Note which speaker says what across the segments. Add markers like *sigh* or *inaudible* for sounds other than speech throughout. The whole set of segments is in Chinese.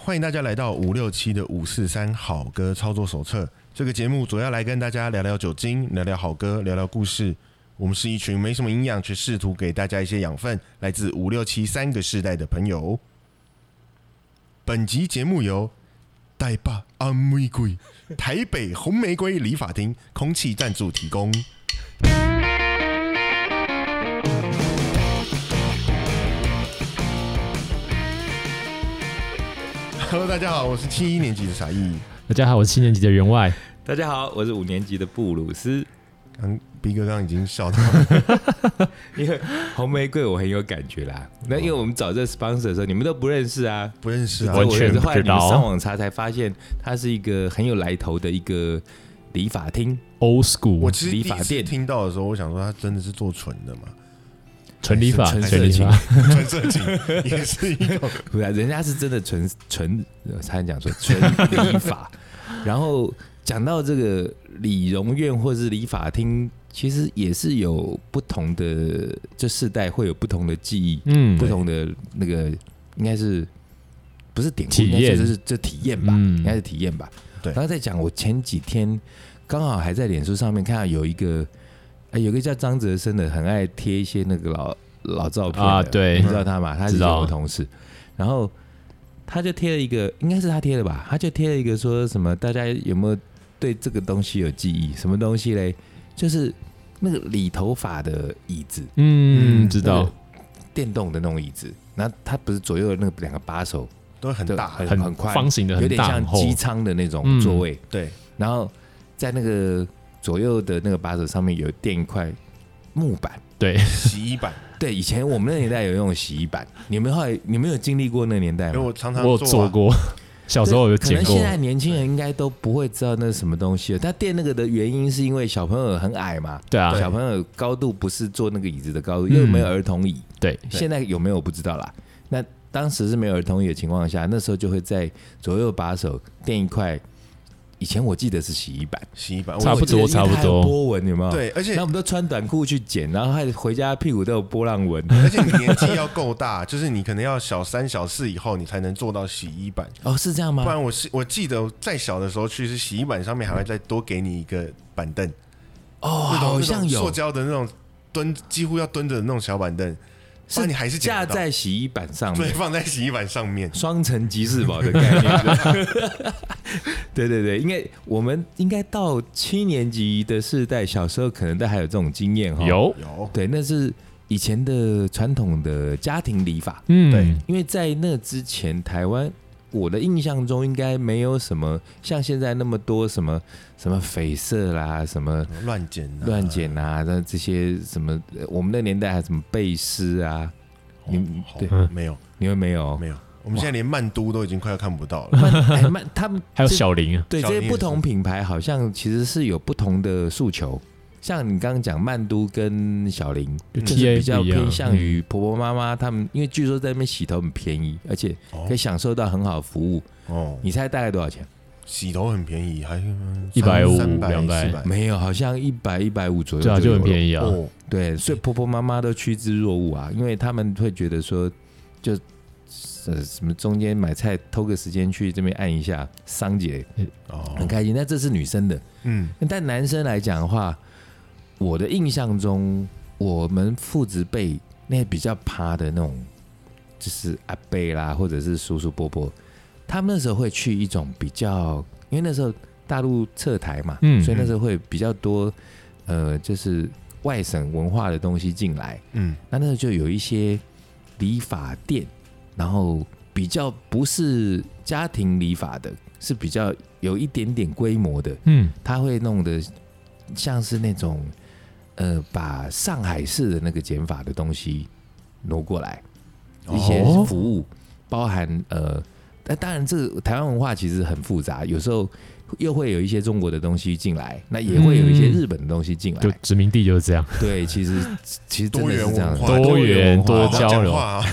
Speaker 1: 欢迎大家来到五六七的五四三好歌操作手册。这个节目主要来跟大家聊聊酒精，聊聊好歌，聊聊故事。我们是一群没什么营养，却试图给大家一些养分，来自五六七三个世代的朋友。本集节目由带把阿玫瑰台北红玫瑰理发厅空气赞助提
Speaker 2: *laughs*
Speaker 1: 供。Hello，大家好，我是七一年级的傻义。
Speaker 2: 大家好，我是七年级的员外。
Speaker 3: 大家好，我是五年级的布鲁斯。
Speaker 1: 刚嗯逼哥刚刚已经笑到，
Speaker 3: 因为红玫瑰我很有感觉啦。那因为我们找这 sponsor 的时候，你们都不认识啊，
Speaker 1: 不认识啊
Speaker 2: 完全
Speaker 3: 我是后来
Speaker 2: 不知道
Speaker 3: 你们上网查才发现，它是一个很有来头的一个理发厅。
Speaker 2: Old school，
Speaker 1: 我其实第
Speaker 3: 理
Speaker 1: 一
Speaker 3: 发
Speaker 1: 次
Speaker 3: 店
Speaker 1: 听到的时候，我想说他真的是做纯的嘛，
Speaker 2: 纯理法，
Speaker 3: 纯
Speaker 2: 纯理
Speaker 3: 色
Speaker 2: 法，
Speaker 1: *laughs* 纯色情也是一种
Speaker 3: 不是啊，人家是真的纯纯，呃差点讲说纯理
Speaker 2: *laughs*
Speaker 3: 发。然后讲到这个理容院或是理发厅，其实也是有不同的，这世代会有不同的记忆。
Speaker 2: 嗯
Speaker 3: 不，同的那个应该是不是典故，
Speaker 2: 体验
Speaker 3: 应该就是这体验吧，
Speaker 2: 嗯
Speaker 3: 应该是体验吧。
Speaker 1: 对
Speaker 3: 然后再讲，我前几天刚好还在脸书上面看到有一个，哎有一个叫张哲生的，很爱贴一些那个老老照片的
Speaker 2: 啊对
Speaker 3: 你知道他吗？他是
Speaker 2: 知道
Speaker 3: 我同事，然后他就贴了一个，应该是他贴的吧？他就贴了一个说什么，大家有没有对这个东西有记忆？什么东西嘞？就是那个理头发的椅子，
Speaker 2: 嗯，知
Speaker 3: 那
Speaker 2: 道
Speaker 3: 个，电动的那种椅子，然后它不是左右的那个两个把手
Speaker 1: *laughs* 都很
Speaker 3: 就
Speaker 1: 大，
Speaker 3: 嗯很很宽，
Speaker 2: 方形的，
Speaker 3: 有
Speaker 2: 很
Speaker 3: 点
Speaker 2: 大，很
Speaker 3: 像
Speaker 2: 厚，
Speaker 3: 机舱的那种
Speaker 2: 嗯
Speaker 3: 座位，
Speaker 1: 对，
Speaker 3: 然后在那个左右的那个把手上面有垫一块木板。
Speaker 2: 对，
Speaker 1: 洗 *laughs* 衣板。
Speaker 3: 对，以前我们那年代有那种洗衣板， *laughs* 你们后来你们有经历过那个年代
Speaker 1: 因为
Speaker 3: 吗？
Speaker 1: 我常常
Speaker 2: 我有
Speaker 1: 做
Speaker 2: 做
Speaker 1: 啊，
Speaker 2: 过， *laughs* 小时候有
Speaker 3: 可
Speaker 2: 捡
Speaker 3: 能
Speaker 2: 过
Speaker 3: 现，在年轻人应该都不会知道那是什么东西了。他垫那个的原因是因为小朋友很矮嘛，
Speaker 2: 对啊，
Speaker 3: 小朋友高度不是坐那个椅子的高度，
Speaker 2: 嗯
Speaker 3: 又没有儿童椅，
Speaker 2: 对，
Speaker 3: 现在有没有我不知道啦。那当时是没有儿童椅的情况下，那时候就会在左右把手垫一块。以前我记得是洗衣板，
Speaker 1: 洗衣板，
Speaker 2: 差
Speaker 1: 我
Speaker 2: 不多
Speaker 3: 我记得因为它
Speaker 2: 差不多
Speaker 3: 有波纹有没有？。
Speaker 1: 对，而且
Speaker 3: 那我们都穿短裤去剪，然后还回家屁股都有波
Speaker 2: *laughs*
Speaker 3: 浪纹。
Speaker 1: 而且你年纪要够大， *laughs* 就是你可能要小三小四以后，你才能做到洗衣板。
Speaker 2: 嗯
Speaker 3: 哦，是这样
Speaker 1: 不
Speaker 3: 吗？
Speaker 1: 然我是我记得再小的时候去是洗衣板上面还会再多给你一个板凳，
Speaker 3: 哦，
Speaker 1: 那种
Speaker 3: 好
Speaker 1: 那
Speaker 3: 像
Speaker 1: 种塑
Speaker 3: 有
Speaker 1: 胶的那种蹲几乎要蹲着的那种小板凳，不然你还是捡
Speaker 3: 架
Speaker 1: 不到
Speaker 3: 在洗衣板上
Speaker 1: 对
Speaker 3: 面，
Speaker 1: 放在洗衣板上面。
Speaker 3: 双层吉士堡的概念。
Speaker 1: *laughs*
Speaker 3: 对对对，应该我们应该到七年级的世代，小时候可能都还有这种经验哈。
Speaker 2: 有，
Speaker 1: 有
Speaker 3: 对，那是以前的传统的家庭理发，
Speaker 2: 嗯，
Speaker 3: 因为在那之前，台湾我的印象中应该没有什么像现在那么多什么什么绯色啦，什么
Speaker 1: 乱捡啊
Speaker 3: 乱剪啊，那这些什么，呃我们那年代还有什么背师啊，你们
Speaker 1: 哦好
Speaker 3: 对哦
Speaker 1: 好没有
Speaker 3: 你们没有？
Speaker 1: 没有，我们现在连曼都都已经快要看不到了。
Speaker 3: 慢哎慢，他们
Speaker 2: 还有
Speaker 3: 这
Speaker 2: 小啊林，
Speaker 3: 对
Speaker 1: 小
Speaker 3: 这些
Speaker 1: 林也
Speaker 3: 不
Speaker 1: 是
Speaker 3: 同品牌好像其实是有不同的诉求，像你刚刚讲曼都跟小林，
Speaker 2: 就
Speaker 1: 嗯
Speaker 3: 就
Speaker 2: TA
Speaker 3: 是比较
Speaker 2: 不一样嗯
Speaker 3: 偏向于婆婆妈妈他们，因为据说在那边洗头很便宜，而且
Speaker 1: 哦
Speaker 3: 可以享受到很好的服务。
Speaker 1: 哦，
Speaker 3: 你猜大概多少钱？
Speaker 1: 洗头很便宜，还
Speaker 2: 150
Speaker 1: 三百
Speaker 2: 200
Speaker 1: 四百，
Speaker 3: 没有，好像一百一百五左右，
Speaker 2: 对啊，就很
Speaker 3: 宜。
Speaker 2: 便宜啊，
Speaker 1: 哦，
Speaker 3: 对，所以婆婆妈妈都趋之若鹜啊，因为他们会觉得说，就呃什么中间买菜偷个时间去这边按一下，桑姐很
Speaker 1: 哦，
Speaker 3: 开心。那这是女生的，
Speaker 1: 嗯，
Speaker 3: 但男生来讲的话，我的印象中，我们父子辈那比较趴的那种，就是阿伯啦，或者是叔叔伯伯，他们那时候会去一种比较，因为那时候大陆撤台嘛，
Speaker 2: 嗯
Speaker 3: 哦所以那时候会比较多，呃，就是外省文化的东西进来。
Speaker 1: 嗯，
Speaker 3: 那那时候就有一些理发店，然后比较不是家庭理发的，是比较有一点点规模的。
Speaker 2: 嗯，
Speaker 3: 他会弄得像是那种呃，把上海市的那个减法的东西挪过来，一些
Speaker 2: 哦
Speaker 3: 服务、包含呃，那当然这个台湾文化其实很复杂，有时候又会有一些中国的东西进来，那也会有一些
Speaker 2: 嗯
Speaker 3: 日本的东西进来。
Speaker 2: 就殖民地就是
Speaker 3: *laughs*
Speaker 2: 这样，
Speaker 3: 对，其实其实真
Speaker 1: 多
Speaker 3: 的
Speaker 1: 元
Speaker 3: 是这样
Speaker 1: 文，化，
Speaker 2: 多元
Speaker 3: 文化
Speaker 2: 多
Speaker 1: 好好
Speaker 2: 交
Speaker 1: 讲
Speaker 2: 流
Speaker 1: 话啊，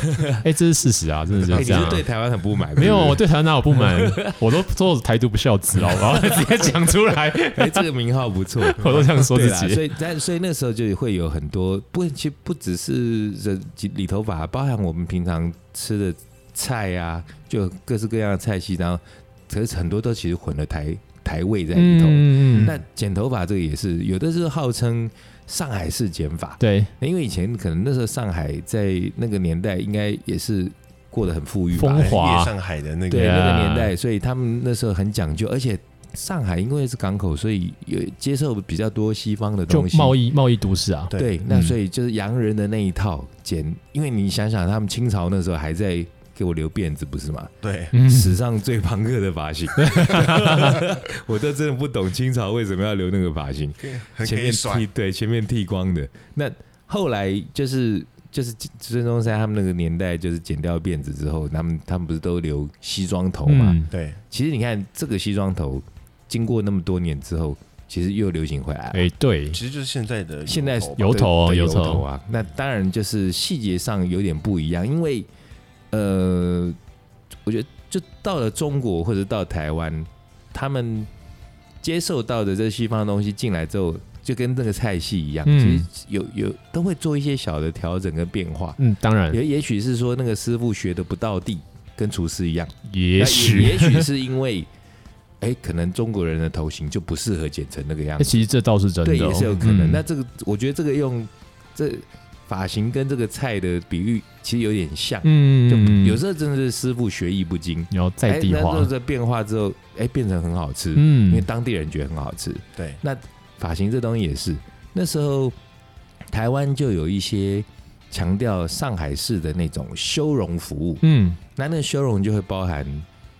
Speaker 2: 哎，这是事实啊，真的就
Speaker 3: 哎
Speaker 2: 是
Speaker 3: 你
Speaker 2: 这
Speaker 3: 是
Speaker 2: 样啊。
Speaker 3: 对台湾很不满？
Speaker 2: 没有，
Speaker 3: 是不
Speaker 2: 我
Speaker 3: 是
Speaker 2: 对台湾哪有不
Speaker 3: *laughs*
Speaker 2: 满？我都说我是台独不孝子，好不 *laughs* 好？直接讲出来，
Speaker 3: 哎，这个名号不错，
Speaker 2: 我都想说
Speaker 3: 对
Speaker 2: 自
Speaker 3: 啦，
Speaker 2: 己。
Speaker 3: 所以但所以那时候就会有很多，不，其实不只是这理头发，包含我们平常吃的菜啊，就各式各样的菜系，然后可是很多都其实混了台台味在里头。
Speaker 2: 嗯
Speaker 3: 那剪头发这个也是，有的是号称上海式剪法，
Speaker 2: 对
Speaker 3: 因为以前可能那时候上海在那个年代应该也是过得很富裕吧，
Speaker 2: 风华
Speaker 1: 夜上海的那
Speaker 3: 对
Speaker 1: 个，
Speaker 3: 那个
Speaker 2: Yeah
Speaker 3: 年代，所以他们那时候很讲究，而且上海因为是港口，所以也接受比较多西方的
Speaker 2: 就
Speaker 3: 东西，
Speaker 2: 贸易贸易都市啊，
Speaker 1: 对
Speaker 3: 对，那
Speaker 2: 嗯
Speaker 3: 所以就是洋人的那一套剪，因为你想想，他们清朝那时候还在给我留辫子，不是吗？
Speaker 1: 对，
Speaker 2: 嗯，
Speaker 3: 史上最朋克的
Speaker 2: *laughs*
Speaker 3: 发型，我都真的不懂清朝为什么要留那个发型，
Speaker 1: 很可
Speaker 3: 前
Speaker 1: 以
Speaker 3: 面
Speaker 1: 甩
Speaker 3: 剃，对前面剃光的。那后来就是就是孙中山他们那个年代，就是剪掉辫子之后，他们他们不是都留西装头嘛？
Speaker 2: 嗯，
Speaker 1: 对，
Speaker 3: 其实你看这个西装头，经过那么多年之后，其实又流行回来了。
Speaker 2: 哎，对，
Speaker 1: 其实就是现在的
Speaker 3: 现在
Speaker 1: 吧
Speaker 2: 油头
Speaker 3: 对对
Speaker 2: 油
Speaker 3: 油
Speaker 2: 头
Speaker 3: 啊，那当然就是细节上有点不一样，因为呃，我觉得就到了中国或者到台湾，他们接受到的这西方的东西进来之后，就跟这个菜系一样，
Speaker 2: 嗯
Speaker 3: 其实有有都会做一些小的调整跟变化，
Speaker 2: 嗯，当然，
Speaker 3: 也也许是说那个师傅学的不到地，跟厨师一样，
Speaker 2: 也
Speaker 3: 那
Speaker 2: 许
Speaker 3: 也，许是
Speaker 2: *laughs*
Speaker 3: 因为。哎，可能中国人的头型就不适合剪成那个样
Speaker 2: 那
Speaker 3: 子，
Speaker 2: 其实这倒是真的哦，
Speaker 3: 对，也是有可能。
Speaker 2: 嗯
Speaker 3: 那这个，我觉得这个用这发型跟这个菜的比喻，其实有点像。就
Speaker 2: 嗯，
Speaker 3: 有时候真的是师傅学艺不精，
Speaker 2: 你要在地
Speaker 3: 哎那
Speaker 2: 化
Speaker 3: 做，这变化之后，哎，变成很好吃，因为
Speaker 2: 嗯，
Speaker 3: 当地人觉得很好吃。
Speaker 1: 对
Speaker 3: 发型这东西也是，那时候台湾就有一些强调上海市的那种修容服务，
Speaker 2: 嗯，
Speaker 3: 那那个修容就会包含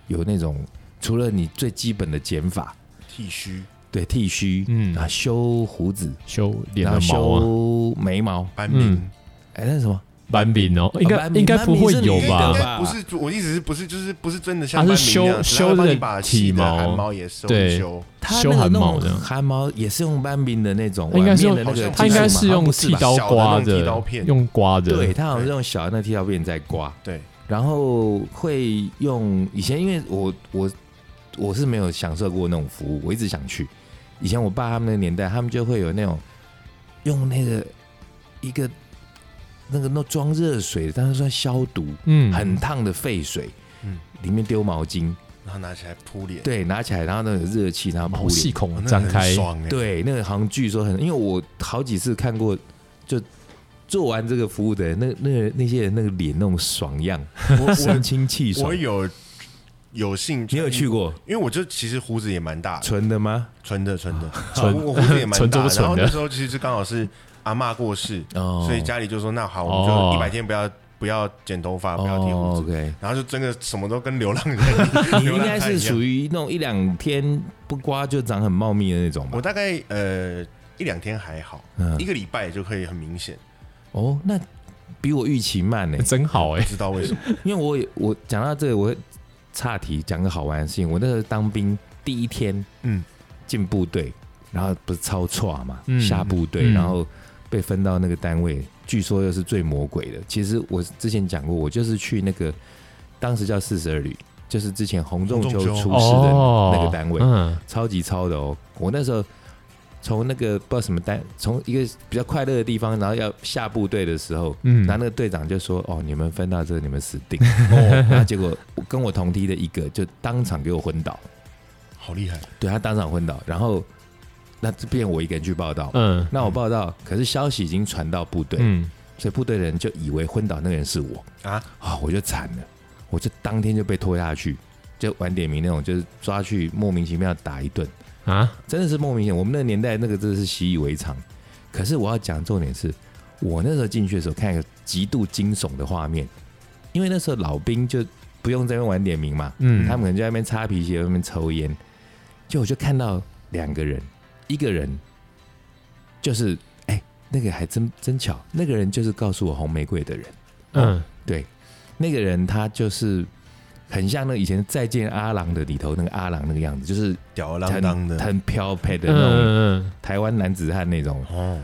Speaker 3: 有那种除了你最基本的剪法，
Speaker 1: 剃须、
Speaker 3: 对，剃须，
Speaker 2: 嗯
Speaker 3: 啊，修胡子，
Speaker 2: 修脸
Speaker 3: 然后
Speaker 2: 的毛啊，
Speaker 3: 修眉毛，
Speaker 1: 斑鬓
Speaker 2: 嗯，
Speaker 3: 哎，那是什么？
Speaker 2: 斑鬓哦，应该
Speaker 3: 斑鬓
Speaker 2: 应该不会有
Speaker 3: 对
Speaker 1: 应
Speaker 3: 斑鬓是女
Speaker 2: 吧
Speaker 3: 的？
Speaker 1: 该不是，我的意思是不是就是不是真的
Speaker 2: 它
Speaker 1: 像
Speaker 2: 是
Speaker 1: 斑鬓一样，
Speaker 2: 修
Speaker 1: 只是它会
Speaker 2: 修
Speaker 1: 帮
Speaker 2: 的
Speaker 1: 你把
Speaker 2: 体
Speaker 1: 细的
Speaker 2: 毛
Speaker 1: 汗毛也修
Speaker 2: 对
Speaker 1: 一修，
Speaker 3: 他
Speaker 2: 修
Speaker 3: 那个
Speaker 2: 汗毛
Speaker 3: 弄
Speaker 2: 这样
Speaker 3: 汗毛也是用斑鬓的那种
Speaker 2: 它应
Speaker 3: 碗
Speaker 2: 该
Speaker 3: 面
Speaker 2: 是用
Speaker 3: 的那个技术嘛，
Speaker 2: 它应该是
Speaker 3: 好像
Speaker 2: 用
Speaker 3: 不是
Speaker 2: 剃
Speaker 3: 吧
Speaker 2: 刀刮
Speaker 1: 小的那种剃
Speaker 2: 的
Speaker 1: 刀片，
Speaker 2: 用刮的，
Speaker 3: 对，他好像是用小的那剃刀片在刮，
Speaker 1: 对，
Speaker 3: 然后呃会用以前因为我我我是没有享受过那种服务，我一直想去。以前我爸他们那个年代，他们就会有那种用那个一个那个那装热水的，但是算消毒，
Speaker 2: 嗯，
Speaker 3: 很烫的沸水，
Speaker 1: 嗯
Speaker 3: 里面丢毛巾，
Speaker 1: 然后拿起来扑脸，
Speaker 3: 对，拿起来，然后那个热气，然后
Speaker 2: 毛
Speaker 3: 扑脸
Speaker 2: 细孔
Speaker 1: 哦，那
Speaker 2: 张
Speaker 1: 很
Speaker 2: 开，
Speaker 1: 爽哎，
Speaker 3: 对，那个好像据说很，因为我好几次看过，就做完这个服务的人，那那个那些人那个脸那种
Speaker 1: *laughs*
Speaker 3: 爽样，神清气爽
Speaker 1: 我。有有兴趣，
Speaker 3: 你有去过
Speaker 1: 因为我就其实胡子也蛮大的，
Speaker 3: 纯的吗？
Speaker 1: 纯的
Speaker 3: *laughs*
Speaker 1: 纯的，
Speaker 2: 纯
Speaker 1: 我我胡子也蛮
Speaker 2: 纯
Speaker 1: 大的。然
Speaker 2: 中
Speaker 1: 后
Speaker 2: 纯的
Speaker 1: 那时候其实刚好是阿嬷过世，
Speaker 3: 哦
Speaker 1: 啊所以家里就说那好，我们
Speaker 2: 哦
Speaker 1: 就一百天不要不要剪头发，不要剃
Speaker 3: 哦
Speaker 1: 胡子。 *laughs*
Speaker 3: ，OK，
Speaker 1: 然后就真的什么都跟流浪人一样，
Speaker 3: *laughs* 你应该是属
Speaker 1: 于
Speaker 3: 于那种一两天不刮就长很茂密的那种吧
Speaker 1: 我？大概呃一两天还好，
Speaker 3: 嗯
Speaker 1: 一，个礼拜就可以很明显，
Speaker 3: 哦，那比我预期慢呢、
Speaker 2: 真好
Speaker 1: 不
Speaker 2: 哎，
Speaker 1: 知道为什么。
Speaker 3: 因为我也我讲到这个，我岔题讲个好玩的事情。我那时候当兵第一天，
Speaker 1: 嗯，
Speaker 3: 进部队，然后不是超错啊嘛，
Speaker 2: 嗯
Speaker 3: 下部队，
Speaker 2: 嗯
Speaker 3: 然后被分到那个单位，据说又是最魔鬼的。其实我之前讲过，我就是去那个当时叫四十二旅，就是之前洪仲秋
Speaker 1: 洪仲秋
Speaker 3: 出事的
Speaker 2: 哦，
Speaker 3: 那个单位
Speaker 2: 嗯，
Speaker 3: 超级超的哦。我那时候从那个不知道什么单，从一个比较快乐的地方，然后要下部队的时候，
Speaker 2: 嗯
Speaker 3: 然后那个队长就说：“哦，你们分到这个，你们死
Speaker 2: *laughs*
Speaker 3: 定。”哦，然后结果我跟我同梯的一个就当场给我昏倒，
Speaker 1: 好厉害！
Speaker 3: 对他当场昏倒，然后那这边我一个人去报道。
Speaker 2: 嗯
Speaker 3: 那我报道，可是消息已经传到部队，
Speaker 2: 嗯，
Speaker 3: 所以部队的人就以为昏倒那个人是我
Speaker 1: 啊
Speaker 3: *laughs* 啊、我就惨了，我就当天就被拖下去，就晚点名那种，就是抓去莫名其妙打一顿，
Speaker 2: 啊，
Speaker 3: 真的是莫名其妙。我们那个年代那个真的是习以为常。可是我要讲重点是，我那时候进去的时候看一个极度惊悚的画面，因为那时候老兵就不用在那边晚点名嘛，
Speaker 2: 嗯，
Speaker 3: 他们可能就在那边擦皮鞋，在那边抽烟。就我就看到两个人，一个人就是哎、那个还真真巧，那个人就是告诉我红玫瑰的人。
Speaker 2: 嗯
Speaker 3: 对，那个人他就是很像那以前《再见阿郎》的里头那个阿郎那个样子，就是
Speaker 1: 吊儿郎当
Speaker 3: 很
Speaker 1: 的
Speaker 3: 很飘派的
Speaker 2: 嗯
Speaker 3: 那种
Speaker 2: 嗯
Speaker 3: 台湾男子汉那种。
Speaker 1: 哦，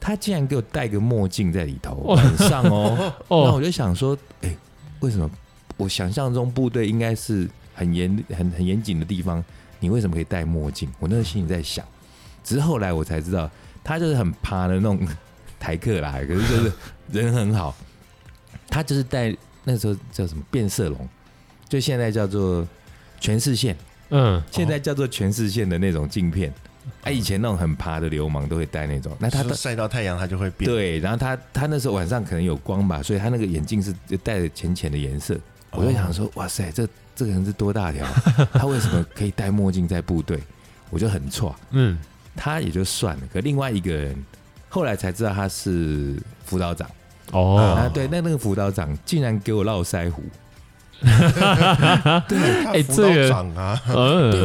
Speaker 3: 他竟然给我戴个墨镜在里头，
Speaker 2: 哦
Speaker 3: 晚上
Speaker 2: *laughs*
Speaker 3: 哦。
Speaker 2: 嗯，
Speaker 3: 那
Speaker 2: 哦，
Speaker 3: 我就想说，哎、为什么我想象中部队应该是很严、很很严谨的地方，你为什么可以戴墨镜？我那时候心里在想，只是后来我才知道，他就是很 *laughs* 趴的那种台客啦，可是就是人很好，他就是戴那时候叫什么变色龙，就现在叫做全视线，
Speaker 2: 嗯，
Speaker 3: 现在叫做全视线的那种镜片。哎、以前那种很爬的流氓都会戴那种，那他
Speaker 1: 它
Speaker 3: 的
Speaker 1: 晒到太阳它就会变。
Speaker 3: 对，然后他他那时候晚上可能有光吧，所以他那个眼镜是带着浅浅的颜色。我就想说，哇塞，这这个人是多大条？啊他为什么可以戴墨镜在部队？我就很错，
Speaker 2: 嗯，
Speaker 3: 他也就算了。可另外一个人后来才知道他是辅导长
Speaker 2: 哦，
Speaker 3: 啊，对，那那个辅导长竟然给我络腮胡。
Speaker 1: 对，它
Speaker 2: 哎
Speaker 1: 辅
Speaker 2: 这个
Speaker 1: 导长啊，
Speaker 3: 对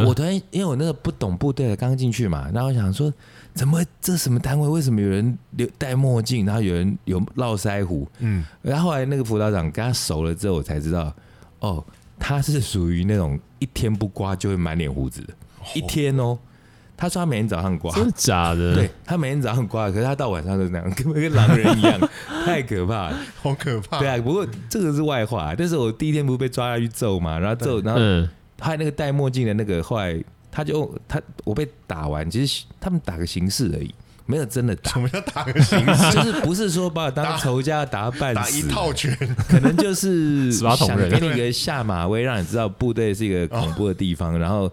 Speaker 3: *laughs*
Speaker 2: 嗯，
Speaker 3: 我突然，因为我那个不懂部队的刚进去嘛，然后我想说，怎么这什么单位？为什么有人留戴墨镜，然后有人有络腮胡？
Speaker 1: 嗯，
Speaker 3: 然后后来那个辅导长跟他熟了之后，我才知道，哦，他是属于那种一天不刮就会满脸胡子的，一天哦。他说他每天早上刮，
Speaker 2: 真的假的？
Speaker 3: 对，他每天早上刮，可是他到晚上都那样，跟跟狼人
Speaker 2: *laughs*
Speaker 3: 一样，太可怕了。
Speaker 1: 好可怕。
Speaker 3: 对啊，不过这个是外话、啊但是我第一天不是被抓下去揍嘛，然后揍，然后
Speaker 2: 嗯，
Speaker 3: 还有那个戴墨镜的那个，后来他就他我被打完，其实他们打个形式而已，没有真的打
Speaker 1: *laughs*
Speaker 2: *laughs*
Speaker 1: 什，么叫打个形式？
Speaker 3: 就是不是说把我当仇家打半
Speaker 1: 打一
Speaker 3: 死，
Speaker 1: 套拳，
Speaker 3: 可能就是
Speaker 2: *laughs* 死马
Speaker 3: 想
Speaker 2: 桶人
Speaker 3: 给你一个下马威，让你知道部队是一个恐怖的地
Speaker 2: 哦
Speaker 3: 方，然后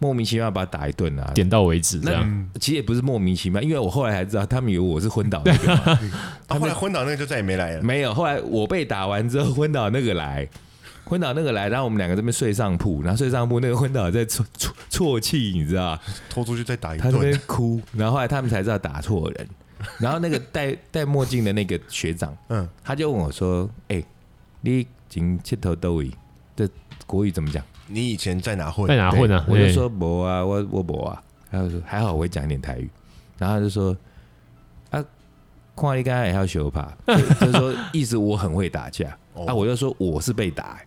Speaker 3: 莫名其妙把他打一顿啊。
Speaker 2: 点到为止这
Speaker 3: 那
Speaker 2: 样。
Speaker 3: 其实也不是莫名其妙，因为我后来才知道，他们以为我是昏倒那个
Speaker 2: *laughs*
Speaker 3: 嘛，
Speaker 1: 啊后来昏倒那个就再也没来了。
Speaker 3: 没有。后来我被打完之后，昏倒那个来，昏倒那个来，然后我们两个这边睡上铺，然后睡上铺那个昏倒在啜啜啜泣，你知道吧？
Speaker 1: 拖出去再打一
Speaker 3: 他那边
Speaker 1: 顿，
Speaker 3: 哭，然后后来他们才知道打错人。然后那个戴戴墨镜的那个学长，
Speaker 1: 嗯，
Speaker 3: 他就问我说：“哎、你今切头豆尾这国语怎么讲
Speaker 1: 你以前在哪
Speaker 2: 在
Speaker 1: 混？
Speaker 2: 哪？”混啊？
Speaker 3: 对我就
Speaker 2: 哎
Speaker 3: 说：“不啊，我我不啊。”他就说：“还好我会讲一点台语。”然后他就说：“啊，看你刚才也要学吧？”就是说意思我很会打架、
Speaker 1: 哦
Speaker 3: 啊，我就说我是被打、欸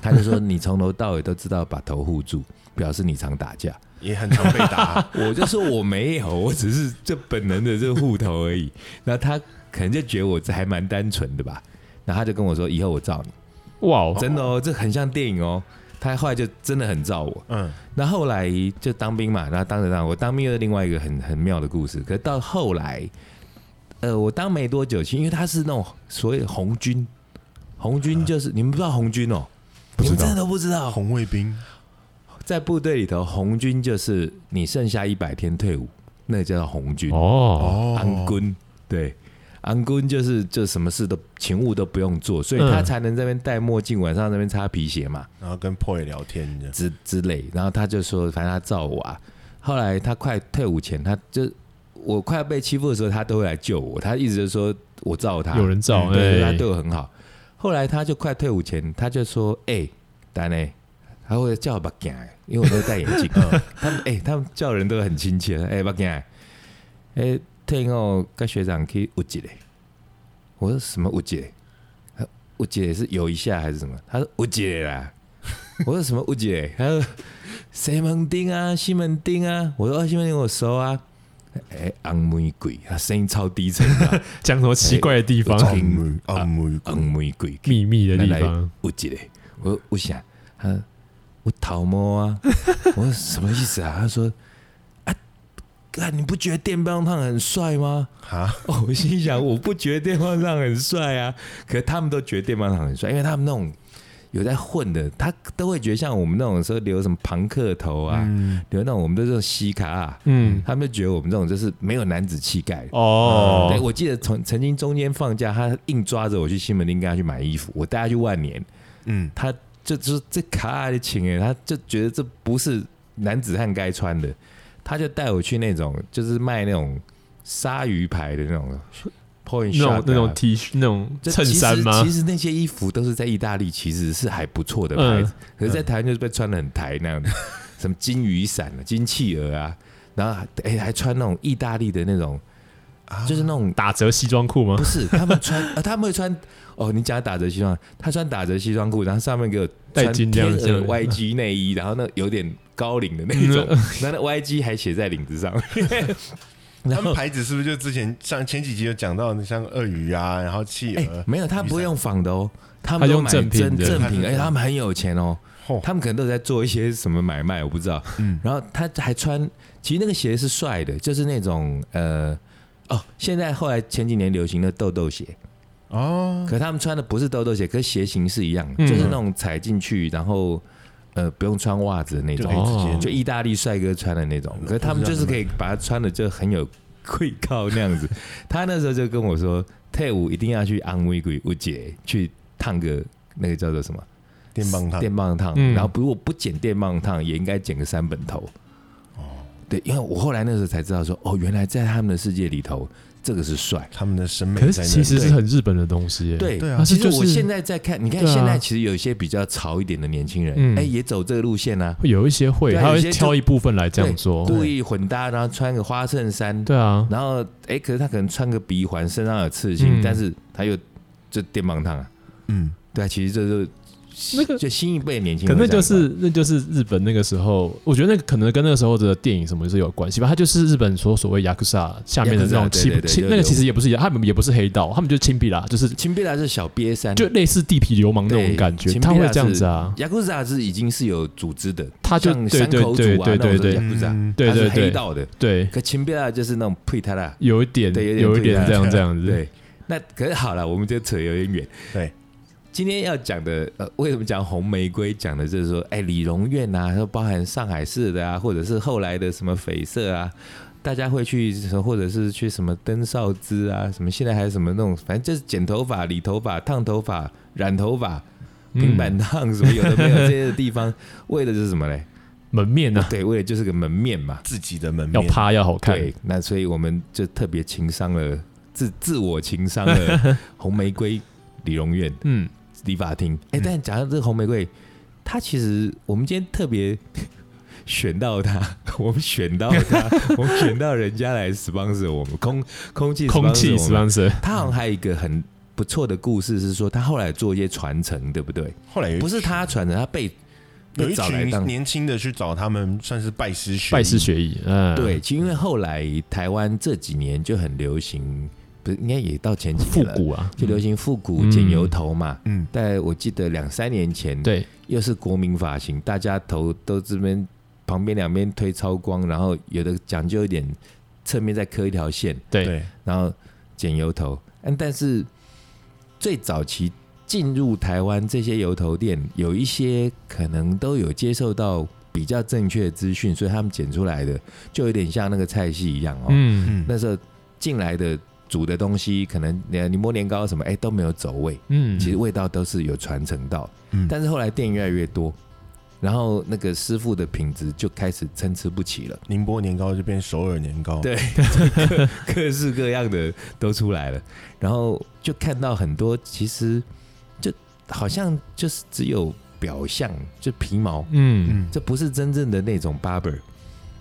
Speaker 3: 他就说：“你从头到尾都知道把头护住，表示你常打架。”，
Speaker 1: 也很常被打
Speaker 3: *laughs* 我就说我没有， *laughs* 我只是这本能的这户头而已。然后他可能就觉得我这还蛮单纯的吧，然后他就跟我说以后我罩你，
Speaker 2: 哇哦，
Speaker 3: 真的哦，这很像电影哦。他后来就真的很罩我。
Speaker 1: 嗯，
Speaker 3: 那后来就当兵嘛，然后当着当我当兵又是另外一个很很妙的故事。可是到后来，呃，我当没多久，其实因为他是那种所谓的红军，红军就是、你们不知道红军哦，
Speaker 2: 啊不
Speaker 3: 你
Speaker 2: 知道
Speaker 3: 们真的都不知道，
Speaker 1: 红卫兵
Speaker 3: 在部队里头，红军就是你剩下一百天退伍，那个叫做红军。
Speaker 2: 哦，
Speaker 3: 安
Speaker 1: 哦，
Speaker 3: 군对，安군就是就什么事都勤务都不用做，所以他
Speaker 2: 嗯
Speaker 3: 才能这边戴墨镜，晚上这边擦皮鞋嘛
Speaker 1: 然后跟 Poy 聊天这样，
Speaker 3: 之之类。然后他就说，反正他照我啊。后来他快退伍前，他就我快要被欺负的时候，他都会来救我。他一直就说我照他，嗯
Speaker 2: 有人照，
Speaker 3: 对对，他
Speaker 2: 哎，
Speaker 3: 对我很好。后来他就快退伍前，他就说：“哎、丹呢？”他会叫我把镜，因为我都戴眼
Speaker 2: *laughs*
Speaker 3: 镜。
Speaker 2: 嗯
Speaker 3: 他们哎、他们叫人都很亲切。哎、欸，把镜，哎、退伍哦跟学长去有一个。我说什么有一个？他说有一个是有一下还是什么？他说有一个啦。我说什么有一个？他说西门町啊，西门町啊。我说、哦、西门町我熟啊。哎、红玫瑰，他声音超低沉的。
Speaker 2: 讲什么奇怪的地方？
Speaker 1: 红玫
Speaker 3: 啊
Speaker 1: 红玫
Speaker 3: 红玫瑰
Speaker 2: 秘密的地方，
Speaker 3: 有一个，我说我想，他说我头毛啊，我说什么意思啊？他说啊，干你不觉得电棒烫很帅吗？ *laughs*
Speaker 1: 哈，
Speaker 3: 哦，我心想我不觉得电棒烫很帅啊，可他们都觉得电棒烫很帅，因为他们那种有在混的，他都会觉得像我们那种时候留什么朋克头啊，留那种我们都是西卡啊，
Speaker 2: 嗯，
Speaker 3: 他们就觉得我们这种就是没有男子气概的
Speaker 2: 哦
Speaker 3: 嗯对，，我记得曾曾经中间放假，他硬抓着我去西门町跟他去买衣服，我带他去万年，
Speaker 1: 嗯，
Speaker 3: 他就就是这卡爱的情人，他就觉得这不是男子汉该穿的，他就带我去那种就是卖那种鲨鱼牌的那种 point
Speaker 2: 那
Speaker 3: shop 啊
Speaker 2: 种那种 T 恤、那种
Speaker 3: 就
Speaker 2: 衬
Speaker 3: 其实
Speaker 2: 衫吗
Speaker 3: 其？实那些衣服都是在意大利，其实是还不错的
Speaker 2: 嗯
Speaker 3: 牌子，可是在台湾就是被穿的很台那样的， *laughs* 什么金雨伞啊、金企鹅啊，然后还哎、还穿那种意大利的那种，
Speaker 2: 啊
Speaker 3: 就是那种
Speaker 2: 打折西装裤吗
Speaker 3: 不？是，他们穿，呃、他们会穿哦，你讲打折西装，他穿打折西装裤，然后上面给我
Speaker 2: 带
Speaker 3: 穿
Speaker 2: 金
Speaker 3: 天
Speaker 2: 量
Speaker 3: 鹅
Speaker 2: 这样
Speaker 3: YG 内衣，然后那有点高领的那种，
Speaker 2: 嗯
Speaker 3: *laughs* 然后那 YG 还写在领子
Speaker 2: *laughs*
Speaker 3: 上，
Speaker 1: 他
Speaker 3: 然
Speaker 1: 们
Speaker 3: 后。
Speaker 1: 牌子是不是就之前像前几集有讲到，像鳄鱼啊，然后企
Speaker 3: 哎、
Speaker 1: 鹅，
Speaker 3: 没有，他不会用仿的哦，他
Speaker 2: 他
Speaker 3: 们都
Speaker 2: 用
Speaker 3: 买
Speaker 2: 正
Speaker 3: 真
Speaker 2: 品
Speaker 3: 正
Speaker 2: 的
Speaker 1: 他
Speaker 3: 品，
Speaker 2: *laughs*
Speaker 1: 是
Speaker 3: 而且他们很有钱哦，
Speaker 1: 嚯
Speaker 3: 他们可能都在做一些什么买卖，我不知道。
Speaker 2: 嗯
Speaker 3: 然后他还穿，其实那个鞋是帅的，就是那种呃，哦，现在后来前几年流行的豆豆鞋，
Speaker 1: 哦，
Speaker 3: 可他们穿的不是兜兜鞋，可是鞋型是一样，的，
Speaker 2: 嗯
Speaker 3: 就是那种踩进去，然后呃不用穿袜子的那
Speaker 1: 就
Speaker 3: 种
Speaker 1: 可，以直接
Speaker 2: 哦
Speaker 3: 就意大利帅哥穿的那种，可是他们就是可以把它穿的就很有贵靠那样子。他那时候就跟我说，退伍一定要去安慰鬼我姐去烫个那个叫做什么
Speaker 1: 电棒烫，
Speaker 3: 电棒烫，
Speaker 2: 嗯
Speaker 3: 然后如果不剪电棒烫，也应该剪个三本头。
Speaker 1: 哦，
Speaker 3: 对，因为我后来那时候才知道说，哦，原来在他们的世界里头，这个是帅。
Speaker 1: 他们的审美
Speaker 2: 可
Speaker 1: 在
Speaker 2: 是
Speaker 1: 那
Speaker 2: 其实
Speaker 1: 里
Speaker 2: 是很日本的东西耶。
Speaker 3: 对，
Speaker 1: 对啊
Speaker 2: 但
Speaker 3: 其
Speaker 2: 是
Speaker 3: 实
Speaker 2: 就
Speaker 3: 我
Speaker 2: 是
Speaker 3: 现在在看，你看
Speaker 2: 对啊
Speaker 3: 现在其实有一些比较潮一点的年轻人，
Speaker 2: 嗯
Speaker 3: 哎、也走这个路线啊，
Speaker 2: 会有一些会，
Speaker 3: 对啊
Speaker 2: 他
Speaker 3: 有
Speaker 2: 会
Speaker 3: 些就
Speaker 2: 挑一部分来这样
Speaker 3: 对
Speaker 2: 做。
Speaker 3: 故意混搭，然后穿个花衬衫，
Speaker 2: 对啊，
Speaker 3: 然后哎、可是他可能穿个鼻环，身上有刺
Speaker 2: 嗯
Speaker 3: 青，但是他又就电棒烫啊，
Speaker 1: 嗯，
Speaker 3: 对啊，其实这就
Speaker 2: 那个
Speaker 3: 就新一辈的年轻
Speaker 2: 可
Speaker 3: 人
Speaker 2: 那
Speaker 3: 会这
Speaker 2: 就
Speaker 3: 样子啊，
Speaker 2: 是那就是日本那个时候，我觉得那个可能跟那个时候的电影什么是有关系吧。它就是日本所所谓雅克萨下面的那
Speaker 3: Yakuza，
Speaker 2: 种
Speaker 3: 对
Speaker 2: 亲
Speaker 3: 对对
Speaker 2: 亲，
Speaker 3: 有
Speaker 2: 那个
Speaker 3: 有
Speaker 2: 其实也不是，他们也不是黑道，他们就是亲比啦，就是
Speaker 3: 青贝拉是小瘪三，
Speaker 2: 就类似地痞流氓那
Speaker 3: 对
Speaker 2: 种感觉，
Speaker 3: 亲
Speaker 2: 他
Speaker 3: 比
Speaker 2: 会
Speaker 3: 拉
Speaker 2: 这样
Speaker 3: 是
Speaker 2: 子啊。
Speaker 3: 雅库扎是已经是有组织的，
Speaker 2: 他就
Speaker 3: 像
Speaker 2: 对
Speaker 3: 山
Speaker 2: 对
Speaker 3: 口组
Speaker 2: 对
Speaker 3: 啊
Speaker 2: 对对对
Speaker 3: 那种是雅库
Speaker 1: 嗯
Speaker 3: 扎，
Speaker 2: 对
Speaker 3: 他是
Speaker 2: 对对
Speaker 3: 黑道的。
Speaker 2: 对，
Speaker 3: 可秦贝拉就是那种配他啦，
Speaker 2: 有一点
Speaker 3: 对有点
Speaker 2: 有一点
Speaker 3: 不一
Speaker 2: 这
Speaker 1: 样
Speaker 2: 样这样子。
Speaker 3: 对。那可是好了，我们就扯有点远。
Speaker 1: 对，
Speaker 3: 今天要讲的，呃，为什么讲红玫瑰？讲的就是说，哎，李荣院啊，说包含上海市的啊，或者是后来的什么绯色啊，大家会去，或者是去什么登少之啊，什么现在还有什么那种，反正就是剪头发、理头发、烫头发、染头发、
Speaker 2: 嗯
Speaker 3: 平板烫什么有的没有这些地方，为的是什么嘞？
Speaker 2: 门面呢
Speaker 3: 对，为的就是个门面嘛。
Speaker 1: 自己的门
Speaker 2: 要
Speaker 1: 面，
Speaker 2: 趴要好看，
Speaker 3: 对，那所以我们就特别情商了，自自我情商了红玫瑰理容院
Speaker 2: 嗯，
Speaker 3: 理发厅。哎、
Speaker 1: 嗯
Speaker 3: 但讲到这个红玫瑰，它其实我们今天特别选到它， *laughs* 我们选到它，我们选到人家来 sponsor 我们空空气
Speaker 2: 空气
Speaker 3: sponsor
Speaker 2: 十
Speaker 3: 我们
Speaker 2: 万升，
Speaker 3: 它好像还有一个很不错的故事，是说它后来做一些传承，对不对？
Speaker 1: 后来有一
Speaker 3: 不是它传承，它被
Speaker 1: 有
Speaker 3: 被
Speaker 1: 一
Speaker 3: 找来
Speaker 1: 群
Speaker 3: 当
Speaker 1: 年轻的去找他们，算是拜师学艺
Speaker 2: 拜师学艺，嗯，
Speaker 3: 对，，其实因为后来台湾这几年就很流行，不是应该也到前几
Speaker 2: 复
Speaker 3: 年了，
Speaker 2: 古啊，
Speaker 3: 就流行复古
Speaker 2: 嗯
Speaker 3: 剪油头嘛。
Speaker 1: 嗯，
Speaker 3: 但我记得两三年前，，
Speaker 2: 对，
Speaker 3: 又是国民发型，大家头都这边旁边两边推超光，然后有的讲究一点，侧面再刻一条线，
Speaker 2: 对
Speaker 1: 对，
Speaker 3: 然后剪油头。嗯，但是最早期进入台湾这些油头店，有一些可能都有接受到比较正确的资讯，所以他们剪出来的就有点像那个菜系一样哦。
Speaker 2: 嗯
Speaker 1: 嗯，
Speaker 3: 那时候进来的煮的东西，可能你你摸年糕什么，哎、都没有走味，
Speaker 2: 嗯，
Speaker 3: 其实味道都是有传承到。
Speaker 1: 嗯
Speaker 3: 但是后来店越来越多。然后那个师傅的品质就开始参差不齐了，
Speaker 1: 宁波年糕就变首尔年糕，
Speaker 3: 对各式各样的都出来了，然后就看到很多，其实就好像就是只有表象，就皮毛，
Speaker 2: 嗯，
Speaker 1: 嗯，
Speaker 3: 这不是真正的那种 barber。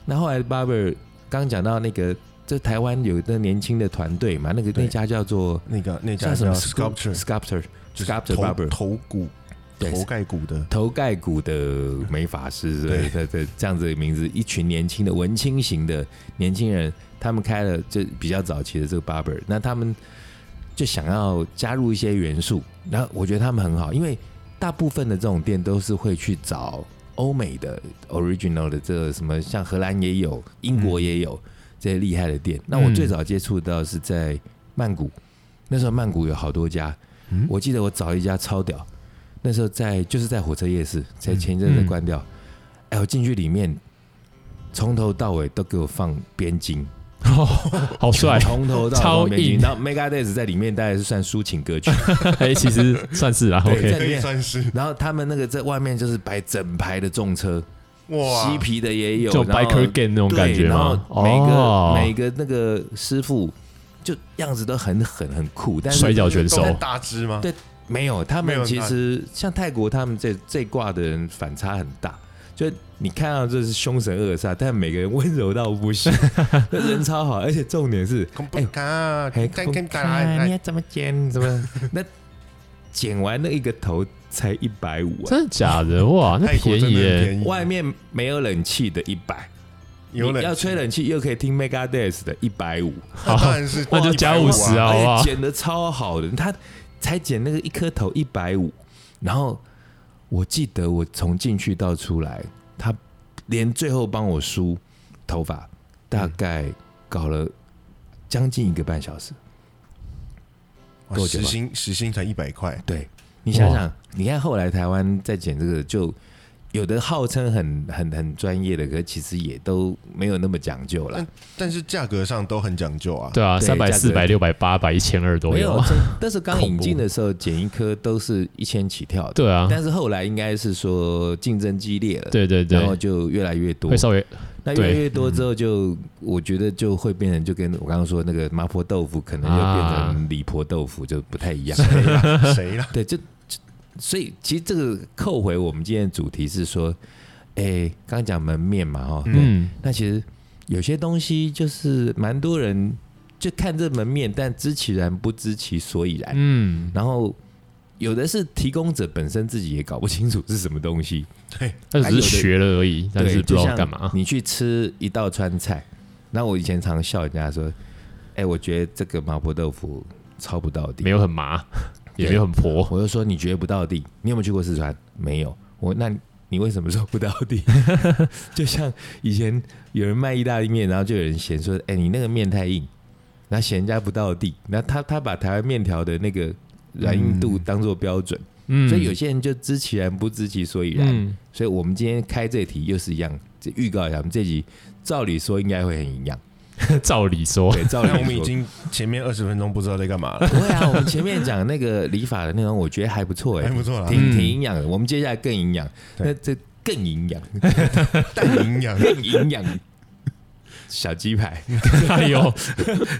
Speaker 3: 那后来 barber 刚讲到那个，这台湾有一个年轻的团队嘛，那个
Speaker 1: 对
Speaker 3: 那家叫做
Speaker 1: 那个那家
Speaker 3: 叫什么
Speaker 1: 叫 sculpture，
Speaker 3: sculpture
Speaker 1: 就是
Speaker 3: sculpture
Speaker 1: 头
Speaker 3: barber
Speaker 1: 头骨
Speaker 3: 对
Speaker 1: 头盖骨的，
Speaker 3: 头盖骨的美发师，对对对，这样子的名字，一群年轻的文青型的年轻人，他们开了这比较早期的这个 barber，那他们就想要加入一些元素，然后我觉得他们很好，因为大部分的这种店都是会去找欧美的 original 的这个什么，像荷兰也有，英国也有、这些厉害的店。那我
Speaker 2: 嗯
Speaker 3: 最早接触到是在曼谷，那时候曼谷有好多家，
Speaker 1: 嗯
Speaker 3: 我记得我找一家超屌，那时候在就是在火车夜市，在
Speaker 2: 嗯
Speaker 3: 前一阵子关掉，哎、我进去里面。从头到尾都给我放边巾，
Speaker 2: 哦，
Speaker 3: 嗯
Speaker 2: 好帅，
Speaker 3: 从头到尾
Speaker 2: 超
Speaker 3: 放边
Speaker 2: 硬
Speaker 3: 巾。然后 Megadeth 在里面大概是算抒情歌曲，
Speaker 2: *laughs* 哎，其实算是啦
Speaker 3: 对
Speaker 2: ，OK，
Speaker 3: 在里面
Speaker 1: 算是
Speaker 3: 然后他们那个在外面就是摆整排的重车，
Speaker 1: 哇
Speaker 3: 嬉，皮的也有，
Speaker 2: 就
Speaker 3: 然后
Speaker 2: biker gang 那种
Speaker 3: 对
Speaker 2: 感觉
Speaker 3: 然
Speaker 2: 嘛
Speaker 3: 后，每个、
Speaker 2: 哦
Speaker 3: 每个那个师傅就样子都很狠很酷，但
Speaker 2: 摔
Speaker 3: 是
Speaker 2: 跤选手
Speaker 1: 都，很大只吗？
Speaker 3: 对没有他
Speaker 1: 没有
Speaker 3: 们
Speaker 1: 很
Speaker 3: 其
Speaker 1: 大
Speaker 3: 实像泰国他们这这一挂的人反差很大。就你看到这是凶神恶煞，但每个人温柔到
Speaker 1: *laughs*
Speaker 3: 不行，人超好，而且重点是
Speaker 1: 恐怖
Speaker 3: 哎
Speaker 1: 卡， *laughs*
Speaker 3: 还
Speaker 1: 看
Speaker 3: 不
Speaker 1: 看哎打
Speaker 3: 看你
Speaker 1: 来，
Speaker 3: 要怎么剪？怎么？ *laughs* 那剪完那一个头才一百五啊，
Speaker 2: 真的假的？哇，那
Speaker 1: 泰国
Speaker 2: 便
Speaker 1: 真的
Speaker 2: 宜
Speaker 1: 很
Speaker 2: 耶！
Speaker 1: 便宜，
Speaker 3: 外面没有冷气的一百，
Speaker 1: 有
Speaker 3: 你
Speaker 1: 冷
Speaker 3: 要吹冷气又可以听 Megadeth 的一百五，
Speaker 1: 那当然
Speaker 3: *laughs*
Speaker 1: 是
Speaker 2: 那就加
Speaker 1: 150
Speaker 2: 50啊好不
Speaker 3: 而
Speaker 2: 好
Speaker 3: 且剪的超好的，他才剪那个一颗头一百五，然后我记得我从进去到出来，他连最后帮我梳头发，大概搞了将近一个半小时。
Speaker 1: 哇
Speaker 3: 够
Speaker 1: 时
Speaker 3: 久吧
Speaker 1: 薪时薪才一百块，
Speaker 3: 对你想
Speaker 2: 哇
Speaker 3: 想，你看后来台湾在剪这个，就有的号称很很很专业的，可其实也都没有那么讲究
Speaker 2: 哦
Speaker 3: 啦。
Speaker 1: 但是价格上都很讲究啊。
Speaker 2: 对啊，
Speaker 3: 对
Speaker 2: 三百、
Speaker 3: 价
Speaker 2: 四
Speaker 3: 格
Speaker 2: 百、六百、八百、一千二都
Speaker 3: 没有
Speaker 2: 有。，
Speaker 3: 这但是
Speaker 2: *laughs*
Speaker 3: 刚
Speaker 2: 恐
Speaker 3: 引
Speaker 2: 怖
Speaker 3: 进的时候，剪一颗都是一千起跳
Speaker 2: *laughs*
Speaker 3: 的。
Speaker 2: 对啊，
Speaker 3: 但是后来应该是说竞争激烈了，，
Speaker 2: 对对
Speaker 3: 然后
Speaker 2: 对，
Speaker 3: 就越来越多
Speaker 2: 会。稍微
Speaker 3: 那越来
Speaker 2: 对
Speaker 3: 越多之后就，我觉得就会变成就跟我刚刚说那个麻婆豆腐，可能就变
Speaker 2: 啊
Speaker 3: 成李婆豆腐，就不太一
Speaker 2: *laughs*
Speaker 3: 样。
Speaker 1: 谁啦？谁啦？
Speaker 3: 对，就就所以其实这个扣回我们今天的主题是说，哎，刚刚讲门面嘛，哈，嗯，
Speaker 2: 嗯，
Speaker 3: 那其实有些东西就是蛮多人就看这门面，但知其然不知其所以然，
Speaker 2: 嗯，
Speaker 3: 然后。有的是提供者本身自己也搞不清楚是什么东西，
Speaker 1: 对，
Speaker 2: 他
Speaker 3: 还
Speaker 2: 只
Speaker 3: 有
Speaker 2: 是
Speaker 3: 的
Speaker 2: 学了而已，但
Speaker 3: 对，
Speaker 2: 是不知
Speaker 3: 就
Speaker 2: 道
Speaker 3: 像
Speaker 2: 干嘛。
Speaker 3: 你去吃一道川菜，那我以前常笑人家说：“哎、我觉得这个麻婆豆腐抄不到底。”
Speaker 2: 没有很麻，也没有很婆。
Speaker 3: 我就说你觉得不到地，你有没有去过四川？没有。我那你为什么说不到地？ *laughs* 就像以前有人卖意大利面，然后就有人嫌说，哎、你那个面太硬，然后嫌人家不到地，然后他他把台湾面条的那个软硬度当做标准，
Speaker 2: 嗯，
Speaker 3: 所以有些人就知其然不知其所以然。
Speaker 2: 嗯，
Speaker 3: 所以我们今天开这题又是一样，这预告一下，我们这集照理说应该会很营养，
Speaker 2: 嗯 *laughs* 照理说，
Speaker 3: *laughs* 对，照理
Speaker 1: 那
Speaker 3: 说
Speaker 1: 我们已经前面二十分钟不知道在干嘛了，
Speaker 3: 不会啊，我们前面讲那个理法的内容，我觉得还不错
Speaker 1: *laughs*
Speaker 3: 哎、
Speaker 1: 还不错啦，
Speaker 3: 挺
Speaker 2: 嗯
Speaker 3: 挺营养的。我们接下来更营养，
Speaker 1: 对
Speaker 3: 那这更营养，
Speaker 1: 但营养。
Speaker 3: 更
Speaker 1: *laughs*
Speaker 3: 营养。小鸡排， *laughs*
Speaker 2: 哎呦，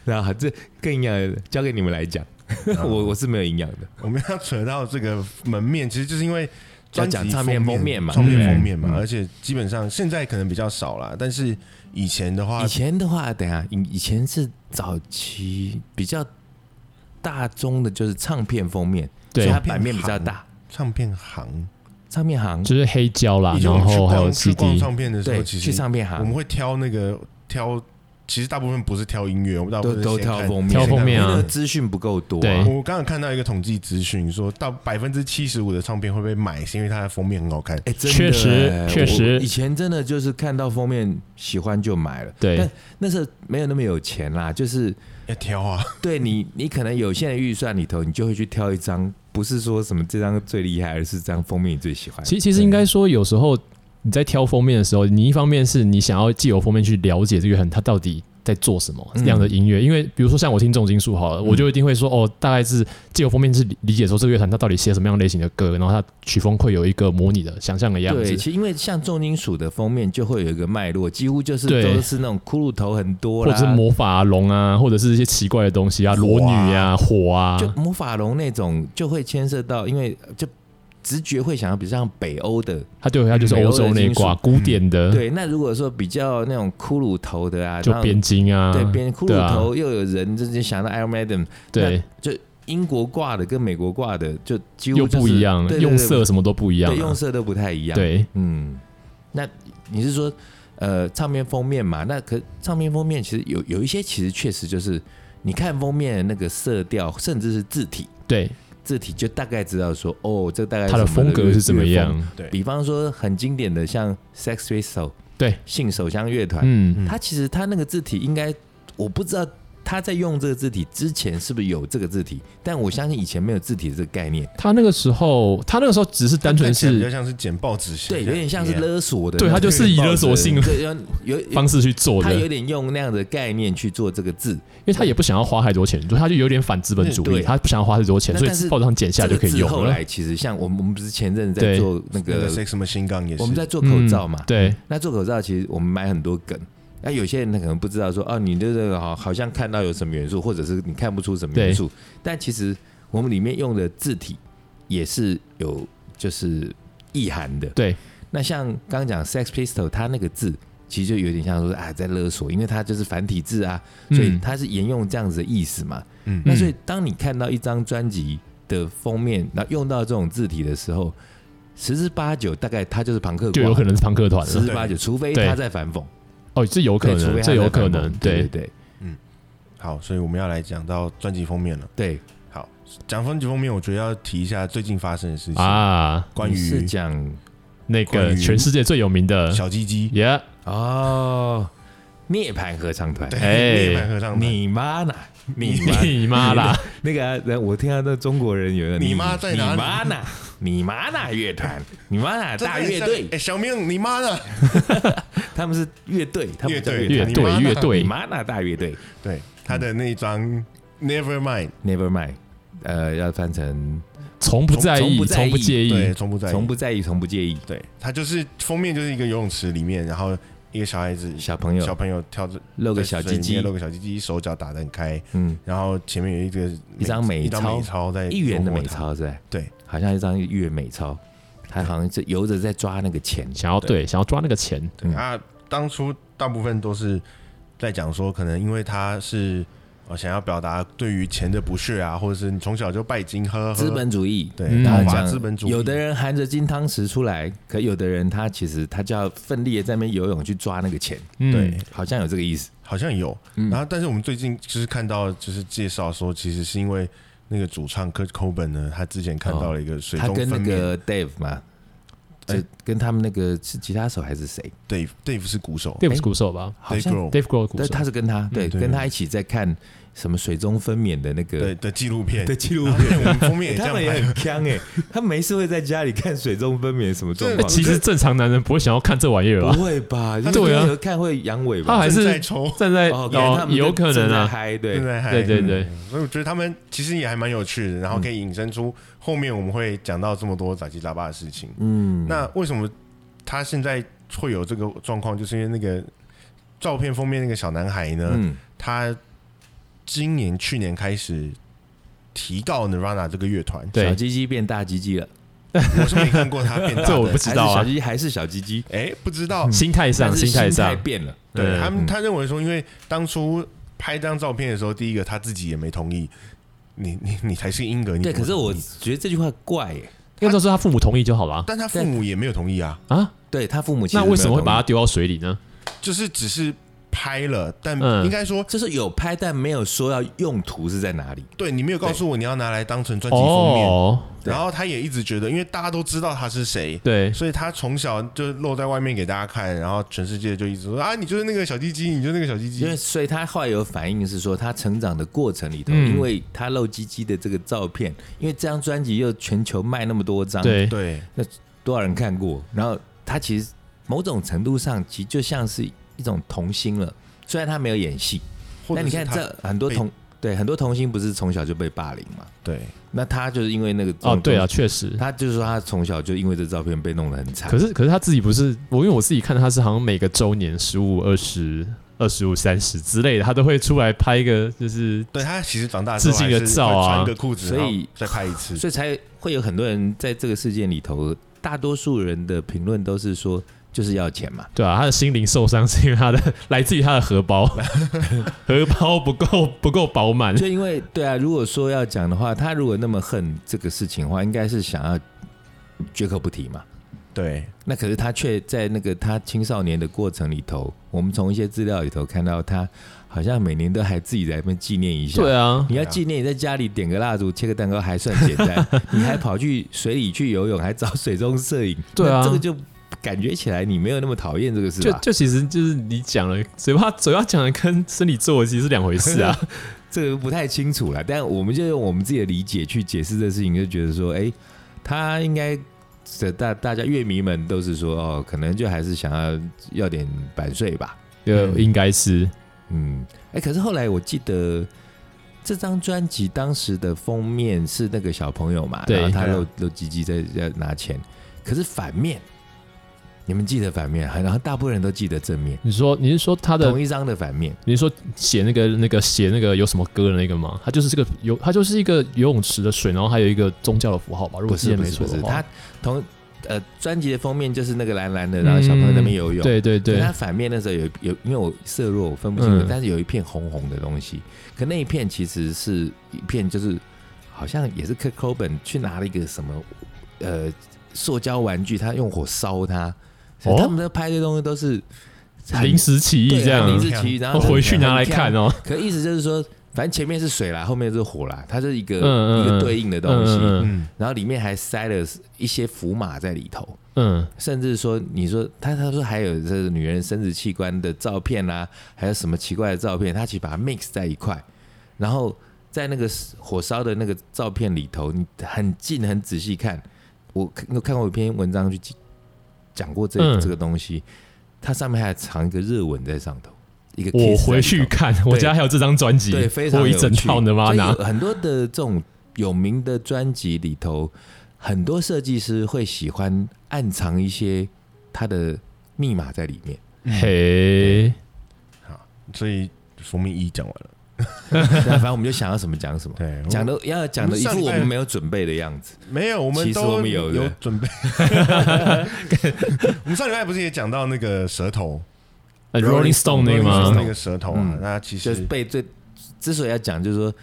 Speaker 3: 然后这更营养的交给你们
Speaker 1: *laughs*
Speaker 3: 来讲，我我是没有营养的。
Speaker 1: 我们要扯到这个门面，其实就是因为专辑
Speaker 3: 要讲唱片封面嘛
Speaker 1: 唱片
Speaker 2: 对
Speaker 1: 封面嘛，
Speaker 3: 嗯
Speaker 1: 而且基本上现在可能比较少啦，但是以前的话
Speaker 3: 以，前的话，等一下，以以前是早期比较大宗的，就是唱片封面，所以
Speaker 2: 对
Speaker 3: 它，版面比较大，
Speaker 1: 唱片行，
Speaker 3: 唱片行
Speaker 2: 就是黑胶啦
Speaker 3: 啊
Speaker 1: 以，前我
Speaker 2: 然
Speaker 1: 们去
Speaker 2: 后还有
Speaker 1: 逛去
Speaker 2: CD，
Speaker 1: 逛唱片的时候，
Speaker 3: 对，
Speaker 1: 其
Speaker 3: 去
Speaker 1: 实
Speaker 3: 唱片
Speaker 1: 我们
Speaker 3: 行
Speaker 1: 会挑那个挑，其实大部分不是挑音乐，我们大部
Speaker 3: 都
Speaker 1: 分是
Speaker 3: 都
Speaker 1: 先
Speaker 3: 挑
Speaker 1: 看
Speaker 3: 封面，
Speaker 2: 挑封面啊
Speaker 3: 因为那个资讯不够多啊，
Speaker 2: 对
Speaker 1: 我刚刚看到一个统计资讯，说到百分之七十五的唱片会被买，是因为它的封面很好看。
Speaker 3: 哎、真的
Speaker 2: 确实
Speaker 3: 哎
Speaker 2: 确
Speaker 3: 我
Speaker 2: 实
Speaker 3: 以前真的就是看到封面喜欢就买了。
Speaker 2: 对
Speaker 3: 但那时候没有那么有钱啦，就是
Speaker 1: 要挑啊，
Speaker 3: 对你， *laughs* 你可能有限的预算里头，你就会去挑一张，不是说什么这张最厉害，而是这张封面你最喜欢。
Speaker 2: 其实其实应该说，有时候你在挑封面的时候，你一方面是你想要借由封面去了解这个人他到底在做什么
Speaker 3: 嗯
Speaker 2: 这样的音乐，因为比如说像我听重金属好了，我就一定会说哦，大概是借由封面去理理解说这个乐团他到底写什么样类型的歌，然后他曲风会有一个模拟的想象的样
Speaker 3: 对，
Speaker 2: 子。
Speaker 3: 其实因为像重金属的封面就会有一个脉络，几乎就是
Speaker 2: 对
Speaker 3: 都是那种骷髅头很多
Speaker 2: 或
Speaker 3: 啦，
Speaker 2: 者是魔法龙啊，或者是一些奇怪的东西啊，裸女啊，火啊，
Speaker 3: 就魔法龙那种，就会牵涉到，因为就直觉会想要比较像北欧的
Speaker 2: 它对它就是欧洲那一挂古典的，
Speaker 3: 嗯对，那如果说比较那种骷髅头的啊，
Speaker 2: 嗯就
Speaker 3: 然后
Speaker 2: 边境啊，
Speaker 3: 对边骷
Speaker 2: 对
Speaker 3: 髅
Speaker 2: 啊
Speaker 3: 头又有人，就是想到 Iron Maiden，
Speaker 2: 对，
Speaker 3: 就英国挂的跟美国挂的就几乎、
Speaker 2: 又
Speaker 3: 就是、
Speaker 2: 不一样，
Speaker 3: 对对对
Speaker 2: 用色什么都不一样
Speaker 3: 对
Speaker 2: 啊
Speaker 3: 用，色都不太一样。，
Speaker 2: 对，
Speaker 3: 嗯，那你是说呃唱片封面嘛？那可唱片封面其实有有一些其实确实就是你看封面的那个色调，甚至是字体，
Speaker 2: 对，
Speaker 3: 字体就大概知道说哦，这大概是
Speaker 2: 它的
Speaker 3: 什么
Speaker 2: 风格是怎么
Speaker 3: 乐乐风
Speaker 2: 样？
Speaker 1: *laughs* 对，
Speaker 3: 比方说很经典的像 Sex Pistols，
Speaker 2: 对，
Speaker 3: 性手枪乐团，
Speaker 2: 嗯，
Speaker 1: 嗯
Speaker 3: 它其实它那个字体应该，我不知道他在用这个字体之前是不是有这个字体，但我相信以前没有字体的这个概念，
Speaker 2: 他那个时候，他那个时候只是单纯
Speaker 1: 看起来比
Speaker 2: 是
Speaker 1: 较像是剪报纸写的，
Speaker 3: 对，有点像是
Speaker 1: 对啊
Speaker 3: 勒索的那
Speaker 2: 对
Speaker 3: 种，
Speaker 2: 他就是以勒索性
Speaker 3: 对，有有
Speaker 2: 方式去做
Speaker 3: 他
Speaker 2: 的，
Speaker 3: 有
Speaker 2: 因
Speaker 3: 点用那样的概念去做这个字，
Speaker 2: 为他也不想要花太多钱，所以他就有点反资本主义，
Speaker 3: 对
Speaker 2: 他不想要花太多钱，
Speaker 3: 那
Speaker 2: 所
Speaker 3: 但是
Speaker 2: 以报纸上剪下来就可以
Speaker 3: 这个字
Speaker 2: 用
Speaker 3: 后
Speaker 2: 了。
Speaker 3: 来其实像我们我们不是前阵子在
Speaker 2: 对
Speaker 3: 做
Speaker 1: 那
Speaker 3: 那
Speaker 1: 个
Speaker 3: 个，
Speaker 1: Sex Machine Gun 也是，
Speaker 3: 我们在做口
Speaker 2: 嗯
Speaker 3: 罩嘛，
Speaker 2: 对，
Speaker 3: 那做口罩其实我们买很多梗。那有些人可能不知道说，哦，你这个好好像看到有什么元素，或者是你看不出什么元素，但其实我们里面用的字体也是有就是意涵的。
Speaker 2: 对，
Speaker 3: 那像刚刚讲 Sex Pistol，它那个字其实就有点像说啊在勒索，因为它就是繁体字啊，所以
Speaker 2: 嗯
Speaker 3: 它是沿用这样子的意思嘛。
Speaker 1: 嗯
Speaker 3: 那所以当你看到一张专辑的封面，然后用到这种字体的时候，十之八九大概它就是朋克
Speaker 2: 就
Speaker 3: 挂
Speaker 2: 有可能是朋克团
Speaker 3: 十
Speaker 2: 了。
Speaker 3: 之八九，除非
Speaker 2: 对
Speaker 3: 他在反讽，
Speaker 2: 哦，这有可
Speaker 3: 对除非
Speaker 2: 能，
Speaker 3: 他
Speaker 2: 这
Speaker 3: 在
Speaker 2: 有
Speaker 3: 反
Speaker 2: 可
Speaker 3: 讽
Speaker 2: 能，
Speaker 3: 对
Speaker 2: 对，
Speaker 3: 对
Speaker 1: 好，所以我们要来讲到专辑封面了。
Speaker 3: 对
Speaker 1: 好，讲专辑封面，我觉得要提一下最近发生的事情，
Speaker 2: 啊，
Speaker 1: 关
Speaker 3: 你是
Speaker 1: 于
Speaker 3: 讲
Speaker 2: 那
Speaker 1: 关
Speaker 2: 个
Speaker 1: 于
Speaker 2: 全世界最有名的
Speaker 1: 小鸡鸡。
Speaker 2: 耶，
Speaker 3: 哦，涅槃合唱团。
Speaker 1: 对， *laughs*
Speaker 2: 哎
Speaker 1: 涅槃合唱团，
Speaker 3: 你妈呢？你
Speaker 2: 你妈啦！
Speaker 3: *laughs* 那个啊、那我听到那中国人有一个
Speaker 1: 你妈在哪里
Speaker 3: 你妈呢？你妈呢？乐团，你妈呢？
Speaker 1: 真的
Speaker 3: 大
Speaker 1: 很
Speaker 3: 乐
Speaker 1: 像
Speaker 3: 队
Speaker 1: 哎，，小明，你妈呢？
Speaker 3: 他们是乐队，他们叫
Speaker 1: 乐队
Speaker 2: 乐
Speaker 3: 队，
Speaker 1: 你妈
Speaker 2: 队
Speaker 1: 呢
Speaker 2: 乐
Speaker 3: 你
Speaker 2: 队，
Speaker 3: 妈呢？大乐队
Speaker 1: 对，他的那一张
Speaker 3: 嗯
Speaker 1: Never Mind，
Speaker 3: ，Never mind，呃，要翻成
Speaker 2: 从不在
Speaker 3: 从
Speaker 2: 意，
Speaker 3: 不在
Speaker 2: 从不
Speaker 3: 意
Speaker 2: 介
Speaker 1: 对，
Speaker 2: 意，
Speaker 1: 从不在意，
Speaker 3: 从不在意，从不介意。
Speaker 1: 对，他就是封面就是一个游泳池里面，然后一个小孩子
Speaker 3: 小朋
Speaker 1: 小
Speaker 3: 友
Speaker 1: 朋友跳着
Speaker 3: 露
Speaker 1: 露
Speaker 3: 个小鸡鸡，
Speaker 1: 露个小鸡鸡，手脚打得很开，
Speaker 3: 嗯，
Speaker 1: 然后前面有一个
Speaker 3: 一张美
Speaker 1: 一张
Speaker 3: 钞
Speaker 1: 美钞在
Speaker 3: 一元的美
Speaker 1: 摸他，
Speaker 3: 钞是吧？
Speaker 1: 对，
Speaker 3: 好像一张一元美钞，他好像是游着在抓那个钱。
Speaker 2: 想要对，想要抓那个钱，
Speaker 3: 嗯
Speaker 1: 对啊，当初大部分都是在讲说，可能因为他是呃想要表达对于钱的不屑啊，或者是你从小就拜金喝喝
Speaker 3: 资本主义，
Speaker 1: 呃对，
Speaker 2: 嗯
Speaker 1: 然
Speaker 3: 他
Speaker 1: 后
Speaker 3: 讲
Speaker 1: 把资本主义
Speaker 3: 有的人含着金汤匙出来，可有的人他其实他就要奋力的在那边游泳去抓那个钱，
Speaker 2: 嗯
Speaker 1: 对，
Speaker 3: 好像有这个意思。
Speaker 1: 好像有，
Speaker 3: 嗯
Speaker 1: 然后但是我们最近就是看到就是介绍说，其实是因为那个主唱 Kurt Cobain 呢，他之前看到了一个水
Speaker 3: 哦他
Speaker 1: 中
Speaker 3: 跟那
Speaker 1: 分娩
Speaker 3: 个 Dave 嘛，
Speaker 1: 哎
Speaker 3: 就跟他们那个是吉他手还是谁？
Speaker 1: Dave Dave 是鼓手
Speaker 2: ，Dave 是鼓手吧
Speaker 3: 好
Speaker 1: ，Dave
Speaker 3: 像，
Speaker 1: Grohl 嗯
Speaker 2: ？Dave Grohl 鼓
Speaker 3: 但
Speaker 2: 手，
Speaker 3: 他是跟他对，
Speaker 1: 对
Speaker 3: 跟他一起在看什么水中分娩的那
Speaker 1: 对
Speaker 3: 个
Speaker 1: 的纪录片
Speaker 3: *laughs* 的，纪录
Speaker 1: 然 *laughs* 后
Speaker 3: 片。
Speaker 1: 我们封面
Speaker 3: 哎
Speaker 1: 也这
Speaker 3: 他
Speaker 1: 样
Speaker 3: 们也
Speaker 1: 拍，
Speaker 3: 很呛哎、他没事会在家里看水中分娩什么状
Speaker 1: 这
Speaker 2: 哎
Speaker 3: 况？
Speaker 2: 其实正常男人不会想要看这玩意儿吧？
Speaker 3: 不会
Speaker 2: *laughs*
Speaker 3: 吧？
Speaker 2: 他对啊
Speaker 3: 就是看会阳痿吧？
Speaker 2: 他还
Speaker 1: 正在
Speaker 2: 是
Speaker 1: 抽，
Speaker 2: 站在
Speaker 3: 哦，原来他
Speaker 2: 哦，
Speaker 3: 们
Speaker 2: 有可
Speaker 3: 正
Speaker 2: 能
Speaker 3: 在
Speaker 2: 啊，
Speaker 3: 嗨，嗯对
Speaker 1: 正，在嗨
Speaker 2: 对对对，嗯
Speaker 1: 所以我觉得他们其实也还蛮有趣的，然后可以引申出后面我们会讲到这么多杂七杂八的事情。
Speaker 3: 嗯，
Speaker 1: 那为什么他现在会有这个状况？就是因为那个照片封面那个小男孩呢，
Speaker 3: 嗯，
Speaker 1: 他今年去年开始提告 Nirvana 这个乐团，
Speaker 2: 对
Speaker 3: 小鸡鸡变大鸡鸡了，
Speaker 1: 我是没看过他变大
Speaker 2: *laughs* 这我
Speaker 1: 的
Speaker 2: 不，知道啊
Speaker 3: 还是小鸡鸡还是小鸡鸡，
Speaker 1: 哎，不知道，
Speaker 2: 心态上，
Speaker 3: 但是
Speaker 2: 心
Speaker 3: 心
Speaker 2: 态上，
Speaker 3: 变了，
Speaker 1: 对
Speaker 2: 嗯
Speaker 1: 他们，
Speaker 3: 嗯
Speaker 1: 他认为说，因为当初拍这张照片的时候，第一个他自己也没同意，你你你才是英格，你
Speaker 3: 对，
Speaker 1: 怎
Speaker 3: 可
Speaker 1: 么
Speaker 3: 是我
Speaker 1: 同意，
Speaker 3: 觉得这句话怪耶，
Speaker 2: 应该说是他父母同意就好了
Speaker 1: 但他父母也没有同意啊，
Speaker 2: 啊。
Speaker 3: 对他父母其实
Speaker 2: 那为什么会把
Speaker 3: 没有
Speaker 2: 他丢到水里呢？
Speaker 1: 就是只是拍了，但
Speaker 2: 嗯
Speaker 1: 应该说
Speaker 3: 同意，就是有拍但没有说要用途是在哪里？
Speaker 2: 嗯
Speaker 1: 对你没有告诉我你要拿来当成专辑封面，
Speaker 2: 哦，
Speaker 1: 然后他也一直觉得，因为大家都知道他是谁，
Speaker 2: 对，
Speaker 1: 所以他从小就露在外面给大家看，然后全世界就一直说啊，你就是那个小鸡鸡，你就是那个小鸡
Speaker 3: 因为
Speaker 1: 鸡。
Speaker 3: 所以他后来有反应是说，他成长的过程里头，
Speaker 2: 嗯
Speaker 3: 因为他露鸡鸡的这个照片，因为这张专辑又全球卖那么多张，，
Speaker 2: 对，哦
Speaker 1: 对，
Speaker 3: 多少人看过？然后他其实某种程度上，其实就像是一种童星了，虽然他没有演戏，
Speaker 1: 或
Speaker 3: 那
Speaker 1: 者
Speaker 3: 你
Speaker 1: 是
Speaker 3: 看
Speaker 1: 他
Speaker 3: 这很多
Speaker 1: 被
Speaker 3: 童对很多童星不是从小就被霸凌嘛？
Speaker 1: 对，
Speaker 3: 那他就是因为那个这种
Speaker 2: 哦，对啊，
Speaker 3: 东西，
Speaker 2: 确实。
Speaker 3: 他就是说他从小就因为这照片被弄得很惨。
Speaker 2: 可是，可是他自己不是我，因为我自己看他是好像每个周年十五、二十、二十五、三十之类的，他都会出来拍一个，就是
Speaker 1: 对他其实长大之后
Speaker 2: 致敬
Speaker 1: 还是
Speaker 2: 的照啊
Speaker 1: 会穿个裤子，
Speaker 3: 所以
Speaker 1: 然后再拍一次。
Speaker 3: 所以才会有很多人在这个事件里头，大多数人的评论都是说就是要钱
Speaker 2: *laughs*
Speaker 3: 嘛，
Speaker 2: 对啊，他的心灵受伤是因为他的来自于他的荷包， *laughs* 荷包不够 *laughs* 不够饱满。
Speaker 3: 就因为对啊，如果说要讲的话，他如果那么恨这个事情的话，应该是想要绝口不提嘛。
Speaker 1: 对，
Speaker 3: 那可是他却在那个他青少年的过程里头，我们从一些资料里头看到他好像每年都还自己在那边纪念一下，
Speaker 2: 对啊，
Speaker 3: 你要纪念，你在家里点个蜡烛、切个蛋糕还算简
Speaker 2: *laughs*
Speaker 3: 单，你还跑去水里去游泳，还找水中摄影，
Speaker 2: 对啊
Speaker 3: 那这个就感觉起来你没有那么讨厌这个事啊
Speaker 2: 就
Speaker 3: 吧？
Speaker 2: 就其实就是你讲了，嘴巴嘴巴讲的跟身体做的其实是两回事
Speaker 3: *laughs*
Speaker 2: 啊。
Speaker 3: 这个不太清楚了，但我们就用我们自己的理解去解释这事情，就觉得说，哎、他应该。这大大家乐迷们都是说哦，可能就还是想要要点版税吧，
Speaker 2: 呃，应该是
Speaker 3: 嗯，哎、可是后来我记得这张专辑当时的封面是那个小朋友嘛，
Speaker 2: 对
Speaker 3: 然后他
Speaker 1: 对啊
Speaker 3: 露露鸡鸡在在拿钱，可是反面，你们记得反面，然后大部分人都记得正面，
Speaker 2: 你说你是说他的
Speaker 3: 同一张的反面，
Speaker 2: 你是说写那个那个写那个有什么歌的那个吗？它就是这个游，它就是一个游泳池的水，然后还有一个宗教的符号吧，如
Speaker 3: 不
Speaker 2: 果记
Speaker 3: 是
Speaker 2: 得
Speaker 3: 不
Speaker 2: 没
Speaker 3: 是
Speaker 2: 错哦
Speaker 3: 不是
Speaker 2: 的，话
Speaker 3: 他。同呃专辑的封面就是那个蓝蓝的，
Speaker 2: 嗯
Speaker 3: 然后小朋友在那边游泳，
Speaker 2: 对对
Speaker 3: 可是
Speaker 2: 对，
Speaker 3: 它反面那时候有有，因为我色弱，我分不清
Speaker 2: 嗯
Speaker 3: 楚，但是有一片红红的东西，可那一片其实是一片，就是好像也是 Kurt Cobain 去拿了一个什么呃塑胶玩具，他用火烧它，所以
Speaker 2: 哦
Speaker 3: 他们在拍这东西都是很
Speaker 2: 临时起意
Speaker 3: 对啊
Speaker 2: 这样，
Speaker 3: 临时起意，然后
Speaker 2: 我回去拿来看
Speaker 3: 哦。
Speaker 2: 哦。
Speaker 3: 可意思就是说，反正前面是水啦，后面是火啦，它是一个、
Speaker 2: 嗯嗯
Speaker 3: 一个对应的东西，
Speaker 2: 嗯嗯
Speaker 1: 嗯，
Speaker 3: 然后里面还塞了一些符码在里头，
Speaker 2: 嗯
Speaker 3: 甚至说你说他他说还有这个女人生殖器官的照片啦、还有什么奇怪的照片，他其实把它 mix 在一块，然后在那个火烧的那个照片里头，你很近很仔细看，我我看过一篇文章去记讲过这、
Speaker 2: 嗯
Speaker 3: 这个东西，它上面还藏一个热吻在上头，一个 kiss
Speaker 2: 我
Speaker 3: 在
Speaker 2: 回去
Speaker 3: 里头
Speaker 2: 看，我家还有这张专辑，
Speaker 3: 对，非常
Speaker 2: 我有一
Speaker 3: 有
Speaker 2: 整
Speaker 3: 趣
Speaker 2: 套呢嘛
Speaker 3: 所以
Speaker 2: 拿
Speaker 3: 有，很多的这种有名的专辑里头，很多设计师会喜欢暗藏一些他的密码在里面。 *laughs*
Speaker 2: 嘿，
Speaker 1: 所以说明一讲完了，
Speaker 3: 那反正我们就想要什么讲什么，
Speaker 1: 对，
Speaker 3: 讲的要讲的一
Speaker 1: 上
Speaker 3: 副
Speaker 1: 礼
Speaker 3: 我
Speaker 1: 拜
Speaker 3: 们没有准备的样子。
Speaker 1: 没有，我们
Speaker 3: 其实
Speaker 1: 都
Speaker 3: 我们有的
Speaker 1: 有准
Speaker 3: *laughs*
Speaker 1: 备。我们上礼拜不是也讲到那个舌头
Speaker 2: 呃 Rolling Stone 那
Speaker 1: Rolling Stone
Speaker 2: 个吗？
Speaker 1: 那个舌头啊
Speaker 3: 嗯，
Speaker 1: 那其
Speaker 3: 就是
Speaker 1: 实
Speaker 3: 被最之所以要讲，就是说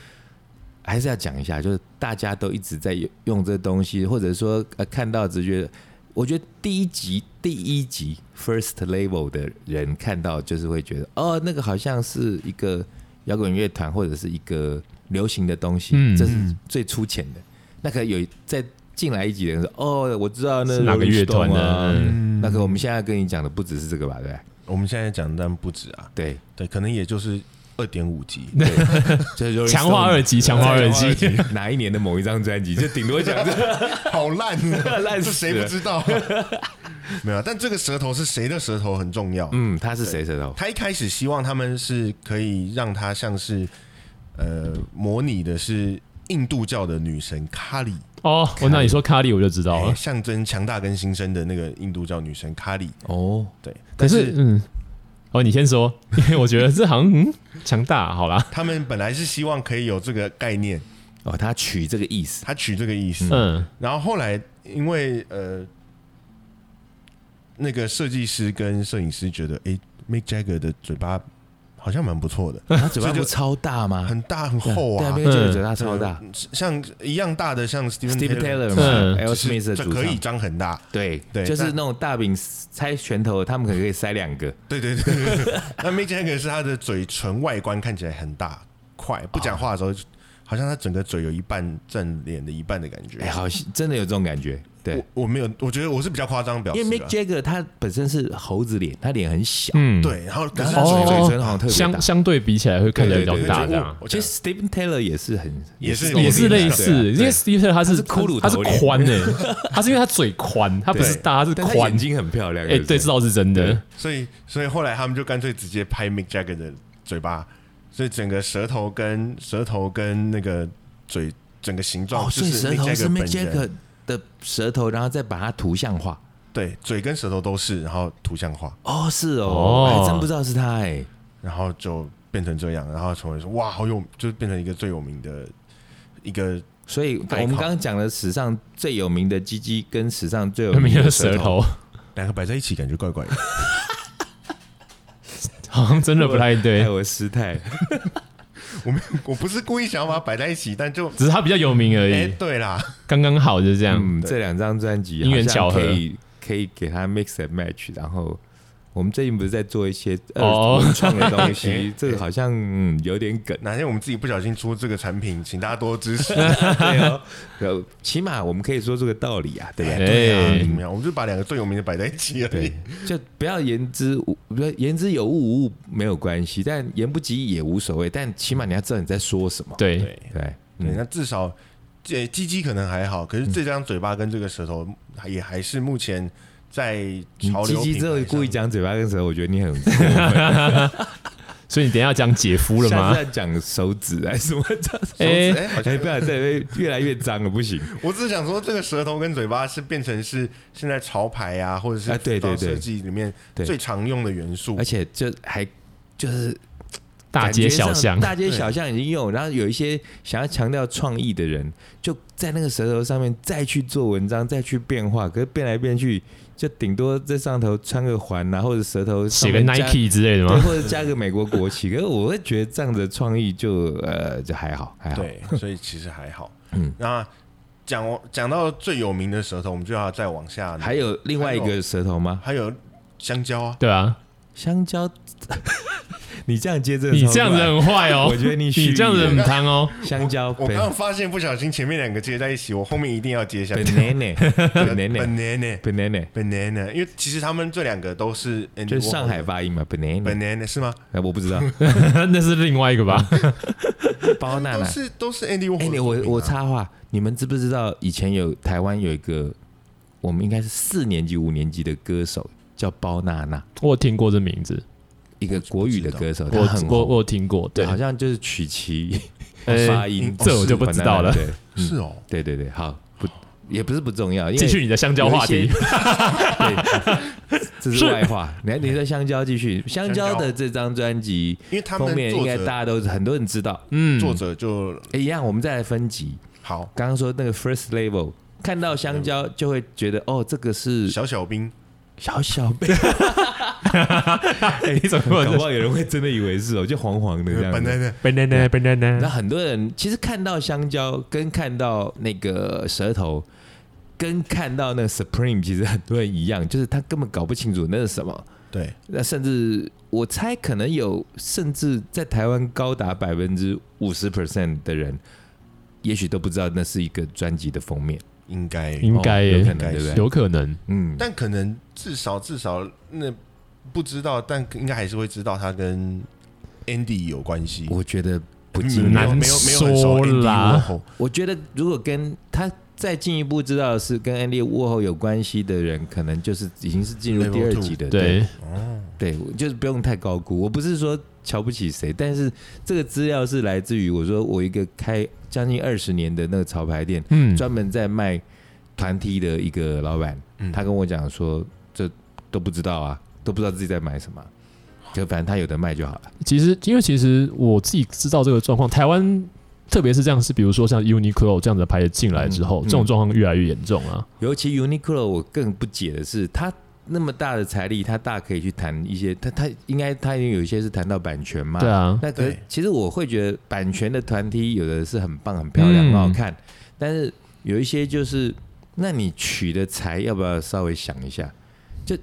Speaker 3: 还是要讲一下，就是大家都一直在用用这东西，或者说呃看到直觉，我觉得第一集第一集 first level 的人看到就是会觉得哦，那个好像是一个摇滚乐团或者是一个流行的东西，
Speaker 2: 嗯
Speaker 3: 这是最粗浅的。那可能有在进来一集的人说哦，我知道那
Speaker 2: 是哪个
Speaker 3: Rolling
Speaker 2: 乐团
Speaker 3: Stone
Speaker 2: 的？
Speaker 3: 啊。
Speaker 2: 嗯
Speaker 3: 那可我们现在跟你讲的不只是这个吧，对不对？
Speaker 1: 我们现在讲，但不止啊，
Speaker 3: 对，
Speaker 1: 对，可能也就是二点五
Speaker 3: *laughs*
Speaker 1: 级，
Speaker 3: 就是 Rolling
Speaker 2: 强化
Speaker 3: Stone
Speaker 2: 二级，强化二级，
Speaker 3: 哪一年的某一张专辑，就顶多讲这。 *laughs*
Speaker 1: 好烂啊，
Speaker 3: 烂死
Speaker 1: 这谁
Speaker 3: 了
Speaker 1: 不知道？ *laughs* 没有啊，但这个舌头是谁的舌头很重要。
Speaker 3: 嗯，他是谁舌头？
Speaker 1: 他一开始希望他们是可以让他像是呃模拟的是印度教的女神卡里，
Speaker 2: 哦，我那你说卡里我就知
Speaker 3: 哦
Speaker 2: 道
Speaker 1: 哎
Speaker 2: 了。
Speaker 1: 象征强大跟新生的那个印度教女神卡里。
Speaker 3: 哦，
Speaker 1: 对，
Speaker 2: 可
Speaker 1: 但
Speaker 2: 是，嗯，哦，你先说， *laughs* 因为我觉得这好像嗯强大，好啦，
Speaker 1: 他们本来是希望可以有这个概念，
Speaker 3: 哦，他取这个意思。
Speaker 1: 他取这个意思。
Speaker 2: 嗯
Speaker 1: 然后后来因为呃，那个设计师跟摄影师觉得，哎、m i c k Jagger 的嘴巴好像蛮不错的，
Speaker 3: 他嘴巴
Speaker 1: 啊这就
Speaker 3: 不超大吗？
Speaker 1: 很嗯大很厚
Speaker 3: 对
Speaker 1: 啊
Speaker 3: 啊，，因为这个嘴巴超大。
Speaker 1: 像一样大的像 Steven
Speaker 3: Steve
Speaker 2: 嗯
Speaker 3: Taylor 嘛，L
Speaker 1: 就
Speaker 3: Smith
Speaker 1: 是
Speaker 3: 的
Speaker 1: 这
Speaker 3: 主
Speaker 1: 可以
Speaker 3: 唱，
Speaker 1: 张很大，
Speaker 3: 对
Speaker 1: 对
Speaker 3: 就是
Speaker 1: 那
Speaker 3: 那种大饼拆拳头，他们可能可以塞两个。
Speaker 1: 对对对 *laughs* 对。对那 Mick Jagger 是他的嘴唇外观看起来很大块，不讲话的时候，好像他整个嘴有一半占脸的一半的感觉
Speaker 3: 哎，。好，真的有这种感觉。对，
Speaker 1: 我我没有，我觉得我是比较夸张表示啊
Speaker 3: 因为
Speaker 1: 的
Speaker 3: Mick。Jagger 他本身是猴子脸，他脸很小，
Speaker 2: 嗯，，
Speaker 1: 对，然后可
Speaker 3: 然
Speaker 1: 是
Speaker 3: 后
Speaker 1: 他嘴
Speaker 3: 嘴
Speaker 1: 唇
Speaker 2: 哦
Speaker 3: 嘴唇好像特别
Speaker 2: 相
Speaker 3: 大。
Speaker 2: 相对比起来会看起来比较
Speaker 3: 对对对
Speaker 2: 大，
Speaker 1: 对
Speaker 2: 这样
Speaker 1: 我
Speaker 3: 其实 Steven Taylor 也是很，
Speaker 1: 也是
Speaker 3: 是
Speaker 2: 嗯也是
Speaker 1: 我
Speaker 2: 类
Speaker 1: 脸
Speaker 2: 似，因为 Steve Taylor 他
Speaker 3: 啊他
Speaker 2: 是
Speaker 3: 是骷髅
Speaker 2: 他是
Speaker 3: 头脸
Speaker 2: 宽诶，他是因为他嘴宽，他不是
Speaker 1: 对
Speaker 2: 大，他是
Speaker 3: 但他眼
Speaker 2: 宽。
Speaker 3: 睛很漂亮。
Speaker 2: 哎，对，这倒是真的。
Speaker 1: 所以所以后来他们就干脆直接拍 Mick Jagger 的嘴巴，所以整个舌头跟舌头跟那个嘴整个形状
Speaker 3: 哦，
Speaker 1: 就
Speaker 3: 所以
Speaker 1: 是
Speaker 3: 舌
Speaker 1: Mick
Speaker 3: 头是
Speaker 1: Jagger
Speaker 3: Mick
Speaker 1: 本人，
Speaker 3: Jagger 的舌头，然后再把它图像化。
Speaker 1: 对，嘴跟舌头都是，然后图像化，
Speaker 3: 哦，是哦，
Speaker 2: 哦
Speaker 3: 还真不知道是他哎、
Speaker 1: 然后就变成这样，然后成为说哇好有，就是变成一个最有名的一个
Speaker 3: 所以我
Speaker 1: 代考
Speaker 3: 们刚刚讲了史上最有名的鸡鸡跟史上最有
Speaker 2: 明
Speaker 3: 名
Speaker 2: 的
Speaker 3: 的
Speaker 2: 舌
Speaker 3: 舌头，
Speaker 2: 头
Speaker 1: 两个摆在一起感觉怪怪的。 *laughs*
Speaker 2: 好像真的不太对
Speaker 3: 还，有失态，
Speaker 1: 我没有我不是故意想要把它摆在一起，但就
Speaker 2: 只是他比较有名而
Speaker 1: 哎、
Speaker 2: 已，
Speaker 1: 对啦，
Speaker 2: 刚刚好就是这样。
Speaker 3: 嗯，这两张专辑
Speaker 2: 因缘巧合
Speaker 3: 好像可以可以给他 mix and match，然后。我们最近不是在做一些
Speaker 2: 哦
Speaker 3: 呃文创的东西， *laughs* 这个好像嗯有点梗，
Speaker 1: 哪天我们自己不小心出这个产品，请大家多支持。
Speaker 3: 对 *laughs* 哦，呃起码我们可以说这个道理啊，对不对？
Speaker 1: 对啊，
Speaker 2: 哎
Speaker 1: 怎么样？我们就把两个最有名的摆在一起而已
Speaker 3: 对。， *laughs* 就不要言之无，不要言之有物无物没有关系，但言不及义也无所谓，但起码你要知道你在说什么。
Speaker 2: 对，
Speaker 1: 对
Speaker 3: 对，
Speaker 1: 对，
Speaker 3: 嗯，
Speaker 1: 那至少这鸡鸡可能还好，可是这张嘴巴跟这个舌头也还是目前在
Speaker 3: 你
Speaker 1: 潮
Speaker 3: 鸡
Speaker 1: 流
Speaker 3: 鸡
Speaker 1: 品
Speaker 3: 之后
Speaker 1: 牌
Speaker 3: 故意
Speaker 1: 上
Speaker 3: 讲嘴巴跟舌头，我觉得你很 *laughs*
Speaker 2: 所以你等一下要讲姐夫了
Speaker 3: 下
Speaker 2: 吗
Speaker 3: 次？要讲手指还是什么这样子？
Speaker 1: 手
Speaker 2: 哎
Speaker 1: 指哎，好
Speaker 3: 哎，
Speaker 1: 像
Speaker 3: 不要再被越来越脏了，不 *laughs* 行。
Speaker 1: 我只是想说，这个舌头跟嘴巴是变成是现在潮牌啊，或者是
Speaker 3: 啊对对
Speaker 1: 服装
Speaker 3: 对
Speaker 1: 设计里面
Speaker 3: 对哎
Speaker 1: 最常用的元素
Speaker 3: 而。且就还就是
Speaker 2: 大街小巷
Speaker 3: 感觉上，大街小巷已经有，然后有一些想要强调创意的人，就在那个舌头上面再去做文章，再去变化，可是变来变去，就顶多在上头穿个环啊，或者舌头
Speaker 2: 写
Speaker 3: 上
Speaker 2: 个
Speaker 3: 面加
Speaker 2: Nike 之类的
Speaker 3: 对，
Speaker 2: 吗？
Speaker 3: 或者加个美国国旗。可是我会觉得这样的创意就呃就还好，还好。
Speaker 1: 对，
Speaker 3: *laughs*
Speaker 1: 所以其实还好。嗯
Speaker 3: 嗯，
Speaker 1: 那讲我讲到最有名的舌头，我们就要再往下。
Speaker 3: 还有另外一
Speaker 1: 还有
Speaker 3: 个舌头吗？
Speaker 1: 还有香蕉啊，
Speaker 2: 对啊，
Speaker 3: 香蕉， *laughs* 你这样接这个，
Speaker 2: 你这样子很坏哦，
Speaker 3: 我觉得你蓄意
Speaker 2: 你这样子很贪哦。 *laughs*
Speaker 3: 香蕉
Speaker 1: 我
Speaker 3: 本
Speaker 1: 刚刚发现不小心前面两个接在一起，我后面一定要接下去。
Speaker 3: banana
Speaker 1: *laughs*
Speaker 3: banana
Speaker 1: banana
Speaker 3: banana，
Speaker 1: banana，因为其实他们这两个都是
Speaker 3: 就是上海发音嘛，banana，
Speaker 1: banana 是吗？
Speaker 3: 哎，我不
Speaker 1: *laughs*
Speaker 3: 知道，
Speaker 2: 那是另外一个吧？
Speaker 3: 包娜
Speaker 1: 都
Speaker 3: 娜。
Speaker 1: 是都是 Andy Warhol
Speaker 3: 哎、
Speaker 1: 的
Speaker 3: 你
Speaker 1: 作
Speaker 3: 我
Speaker 1: 品啊
Speaker 3: 我插话，你们知不知道以前有台湾有一个，我们应该是四年级、五年级的歌手叫包娜娜，
Speaker 2: 我有听过这名字，
Speaker 3: 一个国语的歌手，
Speaker 2: 我
Speaker 3: 他很
Speaker 2: 我
Speaker 3: 红，
Speaker 2: 我有听过，对，
Speaker 3: 好像就是曲奇
Speaker 2: 哎
Speaker 3: *laughs* 发音，
Speaker 2: 这我就不知道了
Speaker 3: 对
Speaker 1: 是哦，
Speaker 3: 对对对，好，不也不是不重要，因为
Speaker 2: 继续你的香蕉话 *laughs*
Speaker 3: 有一
Speaker 2: 题
Speaker 3: 些。对，这是
Speaker 2: 是
Speaker 3: 外话。你看你说香蕉继续，香蕉的这张专辑
Speaker 1: 因为他
Speaker 3: 封
Speaker 1: 们
Speaker 3: 面应
Speaker 1: 作
Speaker 3: 该
Speaker 1: 者
Speaker 3: 大家都很多人知道。
Speaker 2: 嗯，
Speaker 1: 作者就
Speaker 3: 哎一样，我们再来分级。
Speaker 1: 好
Speaker 3: 刚刚说那个 first level，看到香蕉就会觉得哦，这个是
Speaker 1: 小小兵，
Speaker 3: 小小杯，
Speaker 2: 你怎么会有
Speaker 3: *laughs* 搞
Speaker 2: 这
Speaker 3: 不好有人会真的以为是哦，就黄黄的这样子。
Speaker 1: banana
Speaker 2: banana
Speaker 3: 那
Speaker 2: banana？
Speaker 3: 很多人其实看到香蕉跟看到那个舌头，跟看到那个 Supreme，其实很多人一样，就是他根本搞不清楚那是什么。
Speaker 1: 对，
Speaker 3: 那甚至我猜可能有，甚至在台湾高达百分之五十 percent 的人，也许都不知道那是一个专辑的封面，
Speaker 1: 应该，
Speaker 2: 应该
Speaker 3: 哦有可
Speaker 2: 耶，
Speaker 3: 能对不对？
Speaker 2: 有可能。
Speaker 3: 嗯，
Speaker 1: 但可能至少至少那不知道，但应该还是会知道他跟 Andy 有关系。嗯
Speaker 3: 我觉得不
Speaker 1: 没
Speaker 3: 尽
Speaker 1: 有
Speaker 3: 然
Speaker 1: 没有
Speaker 2: 难
Speaker 1: 没有没有很熟
Speaker 2: 说
Speaker 1: Andy
Speaker 2: 啦
Speaker 1: Warhol
Speaker 3: 我觉得如果跟他再进一步知道的是跟安利沃后有关系的人，可能就是已经是进入
Speaker 1: Level
Speaker 3: 第二
Speaker 1: two
Speaker 3: 级的。
Speaker 2: 对，
Speaker 1: 哦，
Speaker 3: 对，对就是不用太高估。我不是说瞧不起谁，但是这个资料是来自于我说我一个开将近二十年的那个潮牌店，
Speaker 2: 嗯，
Speaker 3: 专门在卖团体的一个老板，
Speaker 1: 嗯
Speaker 3: 他跟我讲说，这都不知道啊，都不知道自己在买什么，就反正他有的卖就好了。
Speaker 2: 其实因为其实我自己知道这个状况，台湾特别是这样，是比如说像 Uniqlo 这样子的牌子进来之后，
Speaker 3: 嗯嗯
Speaker 2: 这种状况越来越严重啊。
Speaker 3: 尤其 Uniqlo，我更不解的是，他那么大的财力，他大可以去谈一些，他他应该他有一些是谈到版权嘛，
Speaker 2: 对啊，
Speaker 3: 那可是
Speaker 1: 对
Speaker 3: 其实我会觉得版权的团体有的是很棒、很漂亮、
Speaker 2: 嗯
Speaker 3: 很好看，但是有一些就是，那你取的材要不要稍微想一下？就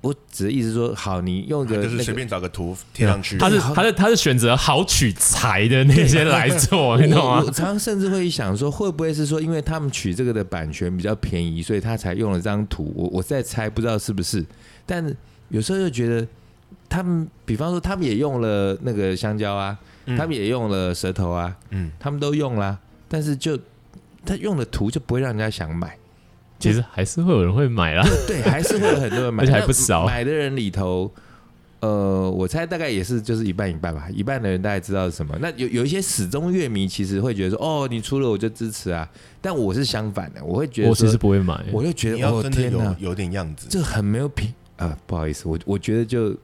Speaker 3: 我只是意思说，好，你用一
Speaker 1: 他
Speaker 3: 个
Speaker 1: 啊就是
Speaker 3: 那
Speaker 1: 随
Speaker 3: 个
Speaker 1: 便找个图贴上去，
Speaker 2: 他是
Speaker 3: 好
Speaker 2: 他是他是选择好取材的那些来做，哦你懂
Speaker 3: 我
Speaker 2: 吗
Speaker 3: 我？常常甚至会想说，会不会是说，因为他们取这个的版权比较便宜，所以他才用了这张图？我我在猜，不知道是不是。但有时候就觉得，他们比方说，他们也用了那个香蕉啊，
Speaker 1: 嗯
Speaker 3: 他们也用了舌头啊，
Speaker 1: 嗯，
Speaker 3: 他们都用啦，但是就他用的图就不会让人家想买。
Speaker 2: 其实还是会有人会买啦。
Speaker 3: 对，还是会有很多人买，
Speaker 2: 而且还
Speaker 3: 那
Speaker 2: 不少
Speaker 3: 买的人里头，呃，我猜大概也是就是一半一半吧，一半的人大概知道是什么。那有有一些始终乐迷其实会觉得说，哦，你出了我就支持啊。但我是相反的，我会觉得
Speaker 2: 我其
Speaker 3: 说
Speaker 2: 实不会买，
Speaker 3: 我就觉
Speaker 1: 你
Speaker 3: 得，
Speaker 1: 要
Speaker 3: 哦
Speaker 1: 真的
Speaker 3: 天哪
Speaker 1: 有，有点样子，
Speaker 3: 这很没有品啊、不好意思，我我觉得就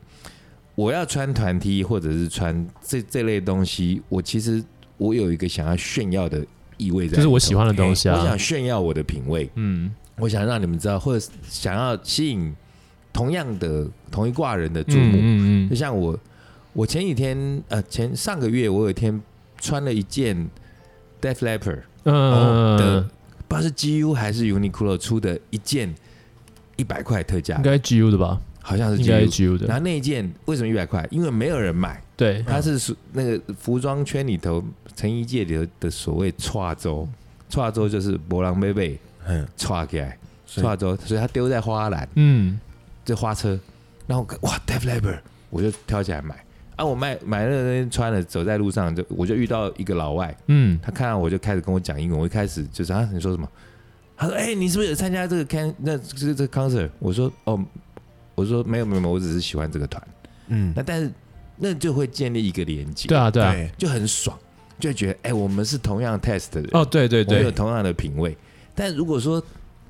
Speaker 3: 我要穿团 T 或者是穿这这类东西，我其实我有一个想要炫耀的意味在，
Speaker 2: 就是我喜欢的东西
Speaker 3: 我想
Speaker 2: 啊。
Speaker 3: 炫耀我的品味。
Speaker 2: 嗯，
Speaker 3: 我想让你们知道，或者想要吸引同样的同一挂人的注
Speaker 2: 嗯
Speaker 3: 目。
Speaker 2: 嗯
Speaker 3: 就
Speaker 2: 嗯，
Speaker 3: 像我，我前几天呃前上个月，我有一天穿了一件 Def Leppard
Speaker 2: 嗯
Speaker 3: 的，
Speaker 2: 嗯，
Speaker 3: 不知道是 GU 还是 Uniqlo 出的一件一百块特价
Speaker 2: 应，该 GU 的吧？
Speaker 3: 好像是
Speaker 2: 应该
Speaker 3: GU。
Speaker 2: GU
Speaker 3: 然
Speaker 2: 的，嗯
Speaker 3: 后那一件为什么一百块？因为没有人买，
Speaker 2: 对，
Speaker 3: 它是属那个服装圈里头、成衣界里头的所谓“跨州”，跨州就是博朗贝贝
Speaker 1: 嗯，
Speaker 3: 跨起来，
Speaker 1: 所以
Speaker 3: 跨州，所以它丢在花篮。
Speaker 2: 嗯，
Speaker 3: 这花车，然后我看哇 d e v l e p e r 我就挑起来买啊，我买买那个东西穿了，走在路上就我就遇到一个老外，
Speaker 2: 嗯，
Speaker 3: 他看到我就开始跟我讲英文，我一开始就是啊你说什么？他说哎、你是不是有参加这个 can 那这个这个 concert？我说哦，我说没有没有没有，我只是喜欢这个团。
Speaker 1: 嗯
Speaker 3: 那，但是那就会建立一个连接，
Speaker 2: 对啊，对啊，
Speaker 1: 对，
Speaker 3: 就很爽，就觉得哎、我们是同样 test 的人
Speaker 2: 哦，对对
Speaker 3: 我们
Speaker 2: 对
Speaker 3: 有，同样的品味。但如果说，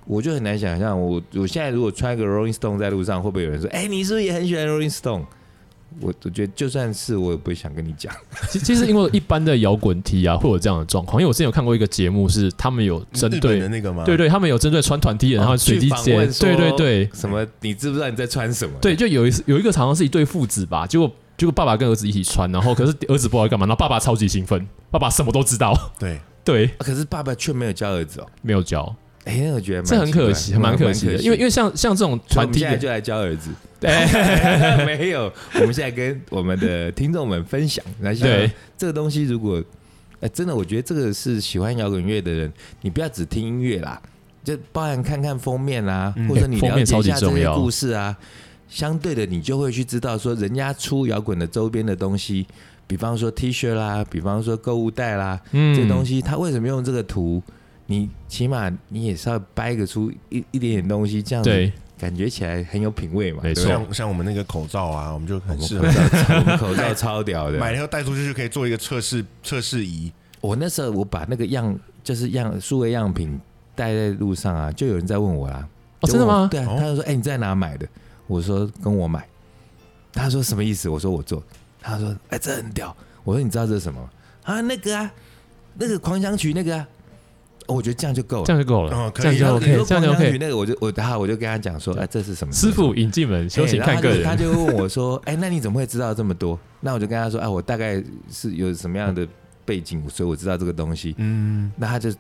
Speaker 3: 我就很难想象，我我现在如果穿一个 Rolling Stone 在路上，会不会有人说：“哎、你是不是也很喜欢 Rolling Stone？” 我我觉得就算是我也不会想跟你讲。
Speaker 2: 其其实因为一般的摇滚 T 啊，会有这样的状况。因为我之前有看过一个节目，是他们有针
Speaker 1: 日本
Speaker 2: 对
Speaker 1: 的，那个吗？
Speaker 2: 对对，他们有针对穿团 T 的，然后
Speaker 3: 哦
Speaker 2: 随机
Speaker 3: 啊去访
Speaker 2: 接
Speaker 3: 问，说
Speaker 2: 对对对
Speaker 3: 什么？你知不知道你在穿什么？
Speaker 2: 对，就有一次有一个好像是一对父子吧，结果结果爸爸跟儿子一起穿，然后可是儿子不知道干嘛，然后爸爸超级兴奋，爸爸什么都知道， *laughs*
Speaker 1: 对，
Speaker 2: 对，
Speaker 3: 啊，可是爸爸却没有教儿子哦。
Speaker 2: 没有教，
Speaker 3: 哎、那我觉得蛮
Speaker 2: 这很
Speaker 3: 奇怪
Speaker 2: 可惜，蛮可惜的，因为因为像像这种
Speaker 3: 所
Speaker 2: 团
Speaker 3: 以我们
Speaker 2: 体
Speaker 3: 现在
Speaker 2: 的，
Speaker 3: 就来教儿子。对， *laughs* 没有。我们现在跟我们的听众们分享，那希望
Speaker 2: 对
Speaker 3: 这个东西，如果呃真的，我觉得这个是喜欢摇滚乐的人，你不要只听音乐啦，就包含看看封面啦、
Speaker 1: 嗯
Speaker 3: 或者你
Speaker 2: 封
Speaker 3: 了
Speaker 2: 面
Speaker 3: 解
Speaker 2: 超
Speaker 3: 一下
Speaker 2: 级
Speaker 3: 这
Speaker 2: 重
Speaker 3: 些
Speaker 2: 要
Speaker 3: 故事啊。相对的，你就会去知道说，人家出摇滚的周边的东西，比方说 T 恤啦，比方说购物袋啦，
Speaker 2: 嗯
Speaker 3: 这东
Speaker 2: 西
Speaker 3: 西他为什么用这个图？你起码你也是要掰个出一一点点东西，这样子
Speaker 2: 对，
Speaker 3: 感觉起来很有品味嘛。
Speaker 2: 没错
Speaker 3: 对
Speaker 1: 像像我们那个口罩啊，我们就很适
Speaker 3: 不
Speaker 1: 合
Speaker 3: 对啊我们口罩超屌
Speaker 1: 买
Speaker 2: *laughs*
Speaker 3: 的。
Speaker 1: 了以后带出去就可以做一个测试测试仪，
Speaker 3: 我那时候我把那个样就是样数位样品带在路上啊，就有人在问我啦。
Speaker 2: 哦，真的吗？
Speaker 3: 对啊，
Speaker 1: 哦
Speaker 3: 他就说：“哎、你在哪买的？”我说：“跟我买。”他说：“什么意思？”我说：“我做。”他说：“哎、这很屌。”我说：“你知道这是什么吗？”啊，那个啊，那个狂想曲那个啊，哦我觉得这样就够了
Speaker 2: 这。样就够
Speaker 1: 哦
Speaker 2: 了，
Speaker 1: 可
Speaker 2: 这样
Speaker 1: 以
Speaker 2: 就
Speaker 1: 那
Speaker 2: OK，
Speaker 1: 你
Speaker 3: 说
Speaker 2: 这样就
Speaker 3: 狂想曲
Speaker 2: OK。
Speaker 3: 那个我就我他我就跟他讲说：“哎、这是什么？”
Speaker 2: 师傅引进门，修行看个
Speaker 3: 哎然后他
Speaker 2: 人。
Speaker 3: 就他就问我说：“哎、那你怎么会知道这么多？” *laughs* 那我就跟他说：“哎、我大概是有什么样的背景，所以我知道这个东西。
Speaker 1: 嗯，”
Speaker 3: 那他就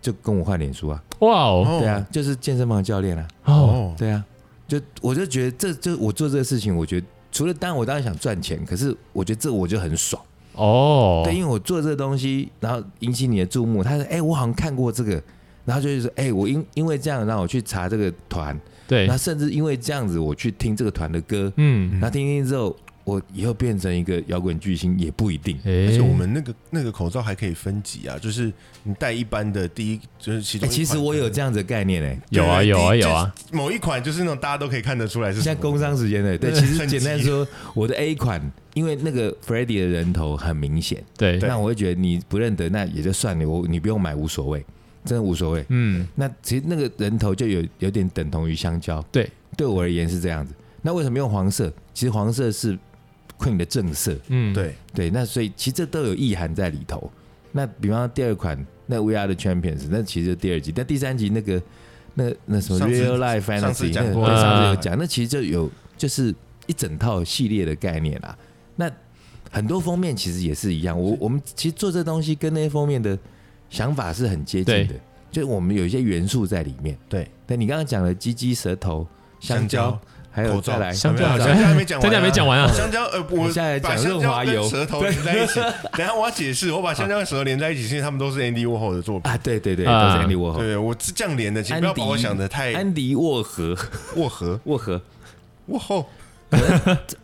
Speaker 3: 就跟我换脸书啊，
Speaker 2: 哇哦，
Speaker 1: 哦
Speaker 3: 对啊，就是健身房的教练啊，
Speaker 2: 哦，
Speaker 1: 哦，
Speaker 3: 对啊，就我就觉得这就我做这个事情，我觉得除了当然我当然想赚钱，可是我觉得这我就很爽，
Speaker 2: 哦，
Speaker 3: 对，因为我做这个东西，然后引起你的注目，他说：“哎、我好像看过这个。”然后就是说，哎、我因因为这样，让我去查这个团，
Speaker 2: 对
Speaker 3: 那，甚至因为这样子，我去听这个团的歌，
Speaker 2: 嗯，
Speaker 3: 那听听之后，我以后变成一个摇滚巨星也不一定。
Speaker 1: 而
Speaker 2: 哎
Speaker 1: 且我们那个那个口罩还可以分级啊，就是你戴一般的第一就是其
Speaker 3: 哎、
Speaker 1: 中一款、
Speaker 3: 其实我有这样子的概念哎、
Speaker 2: 有啊
Speaker 1: 对
Speaker 2: 有啊
Speaker 1: 第一
Speaker 2: 有啊，
Speaker 1: 就是某一款就是那种大家都可以看得出来是
Speaker 3: 现在
Speaker 1: 什么
Speaker 3: 工商时间的， *laughs* 对，
Speaker 1: 对
Speaker 3: 其实
Speaker 1: 升级
Speaker 3: 简单说，我的 A 款，因为那个 f r e d d y 的人头很明显，
Speaker 2: 对，
Speaker 1: 对
Speaker 3: 那我会觉得你不认得，那也就算了，我你不用买无所谓，真的无所谓。
Speaker 2: 嗯，
Speaker 3: 那其实那个人头就有有点等同于香蕉，
Speaker 2: 对，
Speaker 3: 对我而言是这样子。那为什么用黄色？其实黄色是 Queen 的正色，
Speaker 2: 嗯，，
Speaker 1: 对
Speaker 3: 对，那所以其实这都有意涵在里头。那比方说第二款那 We Are the Champions，那其实就第二集，但第三集那个那那什么
Speaker 1: 上次
Speaker 3: Real Life Fantasy，
Speaker 1: 上次讲过
Speaker 3: 那个对上次有
Speaker 1: 啊
Speaker 3: 讲，那其实就有就是一整套系列的概念啦。那很多封面其实也是一样，我我们其实做这东西跟那些封面的想法是很接近的
Speaker 2: 对，
Speaker 3: 就是我们有一些元素在里面。
Speaker 1: 对，
Speaker 3: 但你刚刚讲的鸡鸡、舌头、香
Speaker 1: 香
Speaker 3: 蕉
Speaker 1: 蕉，
Speaker 3: 还有
Speaker 1: 口罩
Speaker 3: 再来
Speaker 2: 香蕉
Speaker 1: 还
Speaker 2: 好
Speaker 1: 没有
Speaker 2: 像
Speaker 1: 香蕉还没讲完啊
Speaker 2: 香蕉
Speaker 1: 香蕉
Speaker 2: 还没讲完啊，
Speaker 1: 呃，我
Speaker 3: 下来
Speaker 1: 把
Speaker 3: 讲
Speaker 1: 香
Speaker 3: 润
Speaker 1: 蕉
Speaker 3: 滑
Speaker 1: 跟
Speaker 3: 油
Speaker 1: 舌头连在一起。等一下我要解释，我把香蕉跟舌头连在一起，是因为他们都是 Andy Warhol 的作品。
Speaker 3: 啊，对对对，都是
Speaker 2: 啊
Speaker 3: Andy Warhol，
Speaker 1: 对，我是这样连的，请不要把我想的太
Speaker 3: 安迪沃荷， *laughs*
Speaker 1: 握合
Speaker 3: 沃荷。
Speaker 1: 握后。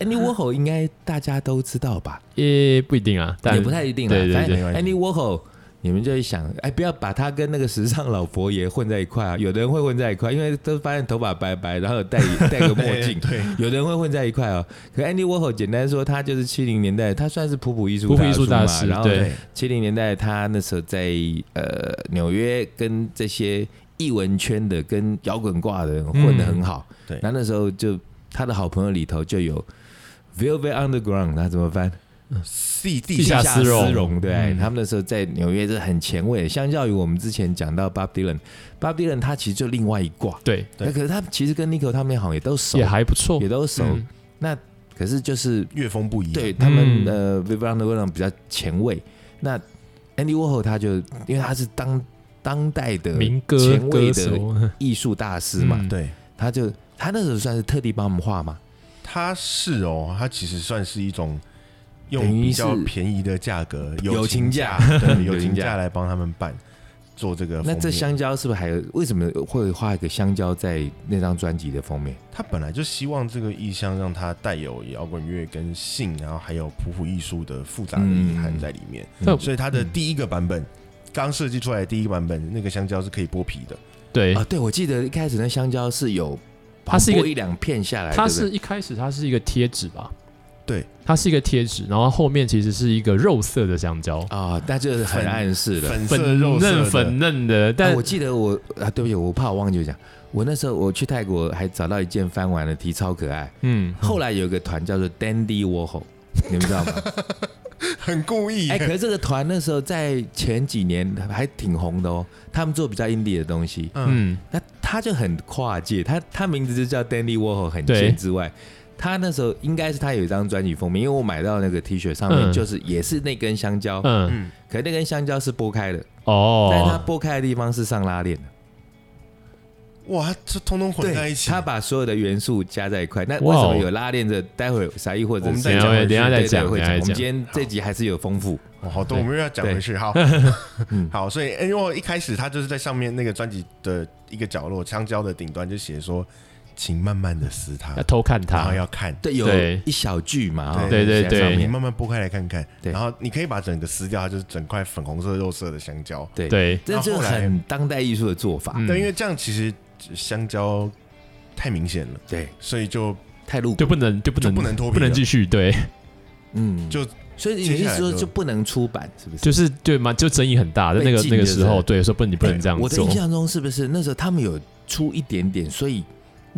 Speaker 3: Andy Warhol 应该大家都知道吧？
Speaker 2: 也不一定啊，但
Speaker 3: 也不太一定啦。
Speaker 2: 对对
Speaker 3: 反
Speaker 2: 对，
Speaker 3: 正 Andy Warhol，你们就会想，哎，不要把他跟那个时尚老佛爷混在一块啊。有的人会混在一块，因为都发现头发白白，然后有
Speaker 1: *laughs*
Speaker 3: 戴戴个墨镜。
Speaker 1: 对，
Speaker 3: 有的人会混在一块哦。可 Andy Warhol 简单说，他就是七零年代，他算是普普艺术
Speaker 2: 普普艺术大
Speaker 3: 嘛
Speaker 2: 师
Speaker 3: 然后
Speaker 2: 对
Speaker 3: 七零年代，他那时候在呃纽约跟这些艺文圈的、跟摇滚挂的人混得
Speaker 2: 嗯
Speaker 3: 很好。
Speaker 1: 对
Speaker 3: 那那时候就他的好朋友里头就有 Velvet Underground，那怎么翻？
Speaker 1: C
Speaker 2: 地
Speaker 1: 地
Speaker 2: 下
Speaker 3: 丝
Speaker 2: 丝绒
Speaker 3: 对、
Speaker 2: 嗯
Speaker 3: 他们那时候在纽约是很前卫的。相较于我们之前讲到 Bob Dylan，Bob Dylan 他其实就另外一挂。
Speaker 2: 对，
Speaker 1: 对
Speaker 3: 那可是他其实跟 Nico 他们好像也都熟，
Speaker 2: 也还不错
Speaker 3: 也，都熟。
Speaker 2: 嗯
Speaker 3: 那可是就是
Speaker 1: 乐风不一样。
Speaker 3: 对他们、
Speaker 2: 嗯
Speaker 3: 呃 v i v a n d e r l a n 比较前卫。那 Andy Warhol 他就因为他是当当代的
Speaker 2: 民歌
Speaker 3: 呃前卫
Speaker 2: 歌
Speaker 3: 的
Speaker 2: 手， *laughs*
Speaker 3: 艺术大师嘛，
Speaker 2: 嗯
Speaker 1: 对，
Speaker 3: 他就他那时候算是特地帮我们画嘛，
Speaker 1: 它是哦，它其实算是一种
Speaker 3: 等
Speaker 1: 用
Speaker 3: 于
Speaker 1: 比较
Speaker 3: 是
Speaker 1: 便宜的价格，
Speaker 3: 友情
Speaker 1: 情
Speaker 3: 价
Speaker 1: 对，
Speaker 3: 友
Speaker 1: 友
Speaker 3: 情
Speaker 1: 情
Speaker 3: 价
Speaker 1: 价来帮他们办做这个封
Speaker 3: 那
Speaker 1: 面。
Speaker 3: 这香蕉是不是还有？为什么会画一个香蕉在那张专辑的封面？
Speaker 1: 他本来就希望这个意象让它带有摇滚乐跟性，然后还有普普艺术的复杂的意涵在里面。
Speaker 2: 那
Speaker 3: 嗯
Speaker 1: 所以它的第一个版本，刚设计出来的第一个版本，那个香蕉是可以剥皮的。
Speaker 2: 对
Speaker 3: 啊，，对，我记得一开始那香蕉是有，
Speaker 2: 它是一个
Speaker 3: 一两片下来，
Speaker 2: 它
Speaker 3: 对不
Speaker 2: 是
Speaker 3: 对
Speaker 2: 一开始它是一个贴纸吧？
Speaker 1: 对，
Speaker 2: 它是一个贴纸，然后后面其实是一个肉色的香蕉，
Speaker 3: 啊，那就是很暗示了。
Speaker 1: 粉色
Speaker 2: 粉
Speaker 1: 肉色
Speaker 2: 嫩
Speaker 1: 的
Speaker 2: 粉嫩的，但
Speaker 3: 啊我记得我啊，对不起，我怕我忘记讲，我那时候我去泰国还找到一件翻完的 T，超可爱。
Speaker 2: 嗯，
Speaker 3: 后来有一个团叫做 Dandy Warhol，你们
Speaker 2: *laughs*
Speaker 3: 知道吗？
Speaker 1: 很故意。
Speaker 3: 哎，可是这个团那时候在前几年还挺红的哦，他们做比较 indie 的东西，
Speaker 1: 嗯，
Speaker 2: 嗯，
Speaker 3: 那他就很跨界，他他名字就叫 Dandy Warhol，很
Speaker 2: 对
Speaker 3: 贱之外，他那时候应该是他有一张专辑封面，因为我买到那个 T 恤上面
Speaker 2: 嗯
Speaker 3: 就是、也是那根香蕉，
Speaker 2: 嗯，
Speaker 1: 嗯，
Speaker 3: 可是那根香蕉是剥开的，但是它
Speaker 2: 哦，
Speaker 3: 剥开的地方是上拉链的，
Speaker 1: 哇，这通通混在一起。
Speaker 3: 他把所有的元素加在一块。那为
Speaker 2: 哇
Speaker 3: 什
Speaker 2: 哦
Speaker 3: 么有拉链的？待会儿沙溢或者
Speaker 1: 我们
Speaker 3: 是
Speaker 1: 再
Speaker 2: 等
Speaker 1: 讲回
Speaker 2: 一下会
Speaker 1: 去
Speaker 2: 等一下再
Speaker 3: 对对
Speaker 2: 讲，
Speaker 3: 会
Speaker 2: 等一
Speaker 3: 讲。
Speaker 2: 下
Speaker 3: 我
Speaker 2: 再
Speaker 3: 们今
Speaker 2: 讲。
Speaker 3: 天这集还是有丰富。
Speaker 1: 哦，好多，我
Speaker 2: 对
Speaker 1: 们又要讲回去。好，
Speaker 3: 嗯
Speaker 1: 好，所以哎因为我一开始他就是在上面那个专辑的一个角落，香蕉的顶端就写说，请慢慢的撕它
Speaker 2: 要，偷看
Speaker 1: 然后
Speaker 3: 啊
Speaker 2: 他，
Speaker 1: 要看，
Speaker 3: 对，有
Speaker 2: 对
Speaker 3: 一小句嘛，哈
Speaker 1: 对
Speaker 2: 对对
Speaker 1: 哎你
Speaker 2: 对
Speaker 1: 慢慢剥开来看看，
Speaker 3: 对
Speaker 1: 然后你可以把整个撕掉，它就是整块粉红色肉色的香蕉。
Speaker 3: 对，
Speaker 2: 对，
Speaker 3: 这就
Speaker 1: 然
Speaker 3: 是
Speaker 1: 后
Speaker 3: 很当代艺术的做法。
Speaker 2: 嗯
Speaker 1: 对，因为这样其实香蕉太明显了，
Speaker 3: 对，
Speaker 1: 所以
Speaker 2: *laughs*
Speaker 1: 就
Speaker 3: 太露骨
Speaker 2: 就不能就不能
Speaker 1: 就不能脱皮了
Speaker 2: 不能继续，对，
Speaker 3: 嗯，
Speaker 1: 就
Speaker 3: 所以
Speaker 1: 接
Speaker 3: 你
Speaker 1: 下
Speaker 3: 是
Speaker 1: 来
Speaker 3: 说
Speaker 1: 就
Speaker 3: 就不能出版，是不是？
Speaker 2: 就是对嘛，就争议很大，在那个
Speaker 3: 被禁
Speaker 2: 那个
Speaker 3: 就是
Speaker 2: 时候，对，说不能你不能
Speaker 1: 哎
Speaker 2: 这样哦
Speaker 3: 我的
Speaker 2: 做
Speaker 3: 印，象中是不是那时候他们有出一点点，所以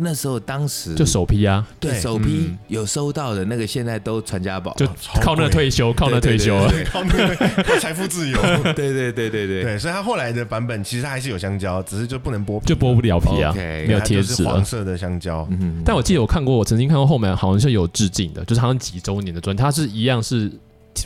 Speaker 3: 那时候当时
Speaker 2: 就首批啊，
Speaker 1: 对
Speaker 3: 对首批
Speaker 2: 嗯
Speaker 3: 有收到的那个，现在都传
Speaker 2: *laughs*
Speaker 3: 家宝，
Speaker 2: 就
Speaker 1: 哦超贵
Speaker 2: 靠那个退休，靠那个退休啊，
Speaker 1: 对靠那个靠财富自
Speaker 2: *laughs*
Speaker 1: 由。
Speaker 3: 对对对对对
Speaker 1: 对，所以它后来的版本其实它还是有香蕉，只是就不能剥皮，
Speaker 2: 就剥不了皮啊，
Speaker 3: OK，
Speaker 2: 没有
Speaker 1: 它就
Speaker 2: 贴
Speaker 1: 是
Speaker 2: 纸了
Speaker 1: 黄。色的香蕉。
Speaker 3: 嗯
Speaker 2: 但我记得我看过，我曾经看过后面好像是有致敬的，就是好像几周年的专辑，它是一样是。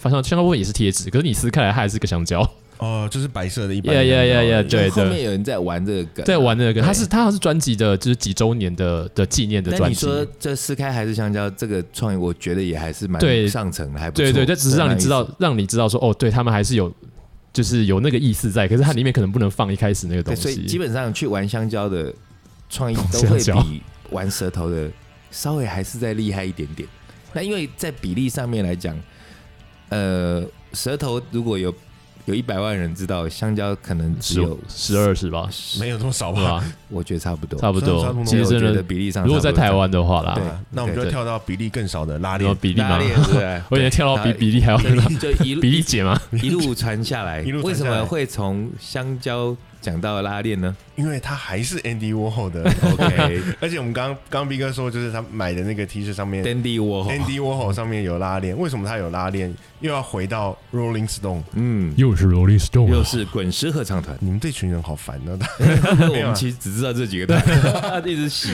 Speaker 2: 反正香蕉部分也是贴纸，可是你撕开来它还是个香蕉，
Speaker 1: 哦，就是白色的一般。
Speaker 2: 呀呀呀呀，
Speaker 3: 就
Speaker 2: 对
Speaker 3: 后
Speaker 2: 对，
Speaker 3: 面有人在玩这个梗，啊
Speaker 2: 在。玩那个，
Speaker 3: 对
Speaker 2: 它是它好像是专辑的，就是几周年的的纪念的
Speaker 3: 但
Speaker 2: 专
Speaker 3: 你
Speaker 2: 辑，
Speaker 3: 说这撕开还是香蕉，这个创意我觉得也还是蛮
Speaker 2: 对
Speaker 3: 上层的，还不错。
Speaker 2: 对对，这只是让你知道，让你知道说，哦，对他们还是有，就是有那个意思在，可是它里面可能不能放一开始那个
Speaker 3: 对，
Speaker 2: 东
Speaker 3: 所以
Speaker 2: 西。
Speaker 3: 基本上去玩香蕉的创意都
Speaker 2: 香
Speaker 3: 会
Speaker 2: 蕉
Speaker 3: 比玩舌头的稍微还是再厉害一点点。那因为在比例上面来讲，呃，舌头如果有有一百万人知道，香蕉可能只
Speaker 2: 十
Speaker 3: 有，
Speaker 2: 十二是吧？
Speaker 1: 没有这么少
Speaker 2: 好
Speaker 1: 吧？
Speaker 2: 吧，
Speaker 3: 我觉得差不多。
Speaker 2: 差不
Speaker 1: 差
Speaker 2: 多
Speaker 1: 不。多
Speaker 2: 其实
Speaker 3: 我觉
Speaker 2: 真
Speaker 3: 得
Speaker 2: 的，
Speaker 3: 比例上，
Speaker 2: 如果在台，湾的话啦，
Speaker 3: 对
Speaker 1: 啊那我们就
Speaker 2: 对
Speaker 1: 跳到比例更少的拉
Speaker 2: 然后
Speaker 1: 链，
Speaker 2: 比例
Speaker 3: 拉
Speaker 2: 嘛，？
Speaker 3: 链对不对
Speaker 2: 啊 *laughs* 我以为跳到比比例还要
Speaker 3: 比例就一路
Speaker 2: 比例姐嘛，
Speaker 3: *laughs* 一路传下来，
Speaker 1: *laughs* 一路
Speaker 3: 为
Speaker 1: 传下
Speaker 3: 什
Speaker 1: 来
Speaker 3: 么会从香蕉讲到拉
Speaker 1: *laughs*
Speaker 3: 链呢
Speaker 1: 因为它还是 Andy Warhol
Speaker 2: *laughs*
Speaker 1: 的。
Speaker 3: ？OK，
Speaker 1: 而且我们刚刚刚 B 哥说，就是他买的那个 T 恤上面
Speaker 3: Dandy
Speaker 2: 哦
Speaker 3: Warhol，
Speaker 1: ，Andy Warhol 上面有拉链，为什么他有拉链？又要回到 Rolling Stone，
Speaker 3: 嗯，
Speaker 2: 又是 Rolling
Speaker 3: 又
Speaker 2: Stone，啊
Speaker 3: 是滚石合唱
Speaker 1: *laughs*
Speaker 3: 团。
Speaker 1: 你们这群人好烦啊！ *laughs*
Speaker 3: 我们其实只知道这几个团，一直洗。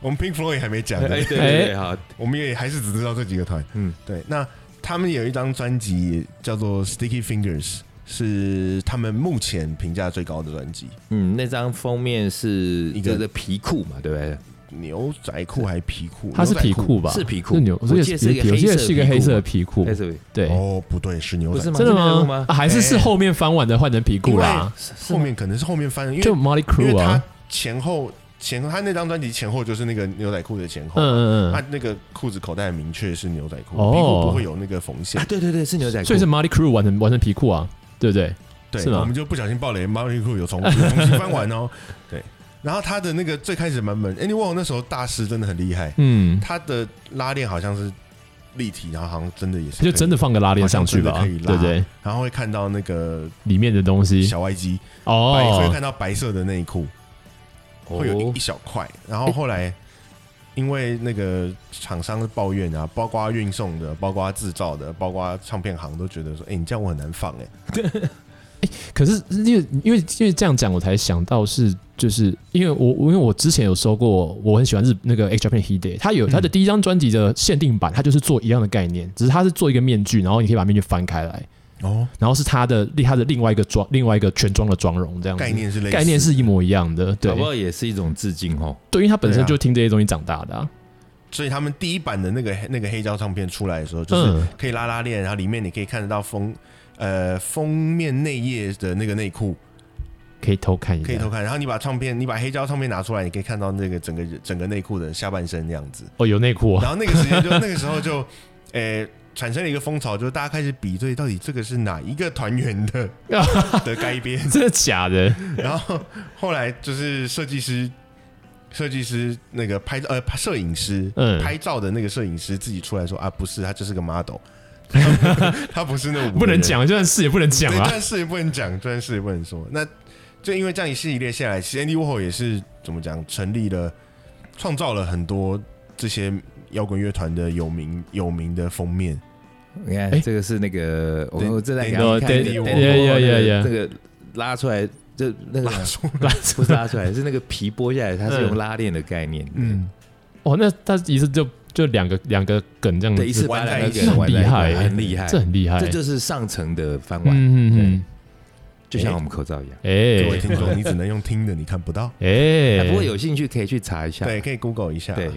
Speaker 1: 我们 Pink Floyd 还没讲
Speaker 3: 哎，
Speaker 1: 呢，
Speaker 3: 对对对，好，
Speaker 1: 我们也还是只知道这几个团。
Speaker 3: 嗯，
Speaker 1: 对，那他们有一张专辑叫做《Sticky Fingers》，是他们目前评价最高的专辑。
Speaker 3: 嗯，那张封面是
Speaker 1: 一
Speaker 3: 一
Speaker 1: 个
Speaker 3: 个皮裤嘛，对不对？
Speaker 1: 牛仔裤还是皮裤？
Speaker 2: 它是
Speaker 1: 牛仔
Speaker 2: 皮裤吧？
Speaker 3: 是皮裤
Speaker 2: 是牛，
Speaker 3: 我
Speaker 2: 这个
Speaker 3: 记得
Speaker 2: 是
Speaker 3: 是一个
Speaker 2: 皮，我记得
Speaker 3: 黑色
Speaker 2: 是一个
Speaker 3: 皮裤
Speaker 2: 黑色
Speaker 3: 嘛
Speaker 2: 的皮裤
Speaker 3: 哎，，是不是
Speaker 2: 对，
Speaker 1: 哦，不对，是牛
Speaker 3: 不是
Speaker 1: 仔。
Speaker 3: 吗？
Speaker 2: 真的
Speaker 3: 是那个
Speaker 2: 吗？
Speaker 3: 吗
Speaker 2: 啊？还是是
Speaker 1: 哎
Speaker 2: 后面翻完的换成皮裤啦？
Speaker 3: 是
Speaker 1: 后
Speaker 3: 吗
Speaker 1: 面可能是后面翻的，因为
Speaker 2: 就 Molly
Speaker 1: 因为
Speaker 2: Crew
Speaker 1: 他
Speaker 2: 啊，
Speaker 1: 前后前他那张专辑前后就是那个牛仔裤的前后，
Speaker 2: 嗯嗯
Speaker 1: 他
Speaker 2: 嗯，
Speaker 1: 那个裤子口袋明确是牛仔裤，
Speaker 2: 哦
Speaker 1: 皮裤不会有那个缝线
Speaker 3: 啊，。对对对，是牛仔裤，
Speaker 2: 所以是 Molly Crew 完成完成皮裤啊，对不对？
Speaker 1: 对，
Speaker 2: 是吗
Speaker 1: 我们就不小心爆雷，毛衣裤有重有重新翻完
Speaker 2: *laughs*
Speaker 1: 哦。对，然后他的那个最开始版本，Andy Warhol 那时候大师真的很厉害，
Speaker 2: 嗯，
Speaker 1: 他的拉链好像是立体，然后好像真的也是
Speaker 2: 就真
Speaker 1: 的，
Speaker 2: 的放个拉链上去吧，
Speaker 1: 好像真
Speaker 2: 对
Speaker 1: 的可以拉
Speaker 2: 不对？
Speaker 1: 然后会看到那个
Speaker 2: 里面的东西
Speaker 1: 小外肌，白会
Speaker 2: 哦，
Speaker 1: 看到白色的内裤，会有一
Speaker 3: 哦
Speaker 1: 一，小块。然后后
Speaker 2: 哦
Speaker 1: 来因为那个厂商的抱怨啊，包括运送的，包括制造的，包括唱片行都觉得说，哎，你这样我很难放哎。
Speaker 2: 可是因为因为因为这样讲，我才想到是就是因为我因为我之前有说过，我很喜欢日那个 X Japan He Day，他
Speaker 1: 嗯
Speaker 2: 有他的第一张专辑的限定版，它就是做一样的概念，只是它是做一个面具，然后你可以把面具翻开来，
Speaker 1: 哦，
Speaker 2: 然后是他的他的另外一个装另外一个全妆的妆容这样子
Speaker 1: 概念是类似
Speaker 2: 概念是一模一样的，对
Speaker 3: 搞不好也是一种致敬哦。
Speaker 2: 对，因为他本
Speaker 1: 对
Speaker 2: 身
Speaker 1: 啊
Speaker 2: 就听这些东西长大的啊，
Speaker 1: 所以他们第一版的那个那个黑胶唱片出来的时候，就是
Speaker 2: 嗯
Speaker 1: 可以拉拉链，然后里面你可以看得到封呃封面内页的那个内裤
Speaker 2: 嗯可以偷看一下
Speaker 1: 可以偷看，然后你把唱片你把黑胶唱片拿出来，你可以看到那个整个整个内裤的下半身那样子。
Speaker 2: 哦，有内
Speaker 1: *laughs*
Speaker 2: 裤啊，
Speaker 1: 然后那个时间就那个时候就 *laughs* 呃产生了一个风潮，就是大家开始比对到底这个是哪一个团员
Speaker 2: *laughs*
Speaker 1: 的的改编，
Speaker 2: *laughs* 真的假的？
Speaker 1: 然后后来就是设计师。设计师那个拍呃摄影师，
Speaker 2: 嗯
Speaker 1: 拍照的那个摄影师自己出来说啊，不是，他就是个
Speaker 2: *laughs*
Speaker 1: model，他不是那五个人
Speaker 2: 不能，讲，就算是也不能讲
Speaker 1: 对，这
Speaker 2: 啊。
Speaker 1: 件事也不能讲，这件事也不能说。那就因为这样一系列下来，其实 Andy Warhol 也是怎么讲，成立了、创造了很多这些摇滚乐团的有名有名的封面，
Speaker 3: 你看
Speaker 2: 哎，
Speaker 3: 这个是那个，我
Speaker 1: 对
Speaker 3: 我正在给
Speaker 1: Dandy
Speaker 3: 他看
Speaker 1: Warhol
Speaker 3: 那个
Speaker 2: Yeah, yeah, yeah, yeah
Speaker 3: 那个拉出来，就那个
Speaker 2: 啊
Speaker 1: 拉出来，
Speaker 2: 拉
Speaker 3: *laughs* 不是拉出来，是那个皮剥下来，它是用拉链的概念，
Speaker 1: 嗯，
Speaker 2: 哇，哦那他一次就就两个两个梗这样
Speaker 3: 对，一次
Speaker 2: 子，
Speaker 3: 把
Speaker 1: 玩在
Speaker 3: 两
Speaker 1: 一
Speaker 3: 个
Speaker 1: 起
Speaker 3: 人玩在
Speaker 2: 很
Speaker 3: 一
Speaker 2: 厉害
Speaker 3: 块很厉害，
Speaker 2: 这很厉害，
Speaker 3: 这就是上层的翻
Speaker 2: 嗯
Speaker 3: 玩。
Speaker 2: 嗯嗯，
Speaker 3: 就像我们口罩一样。
Speaker 1: 各位
Speaker 2: 哎
Speaker 1: 听众，你只能用听的，你看不到。
Speaker 2: 哎，
Speaker 3: 哎不过有兴趣可以去查一下。
Speaker 1: 对，可以 Google 一下。啊
Speaker 3: 对，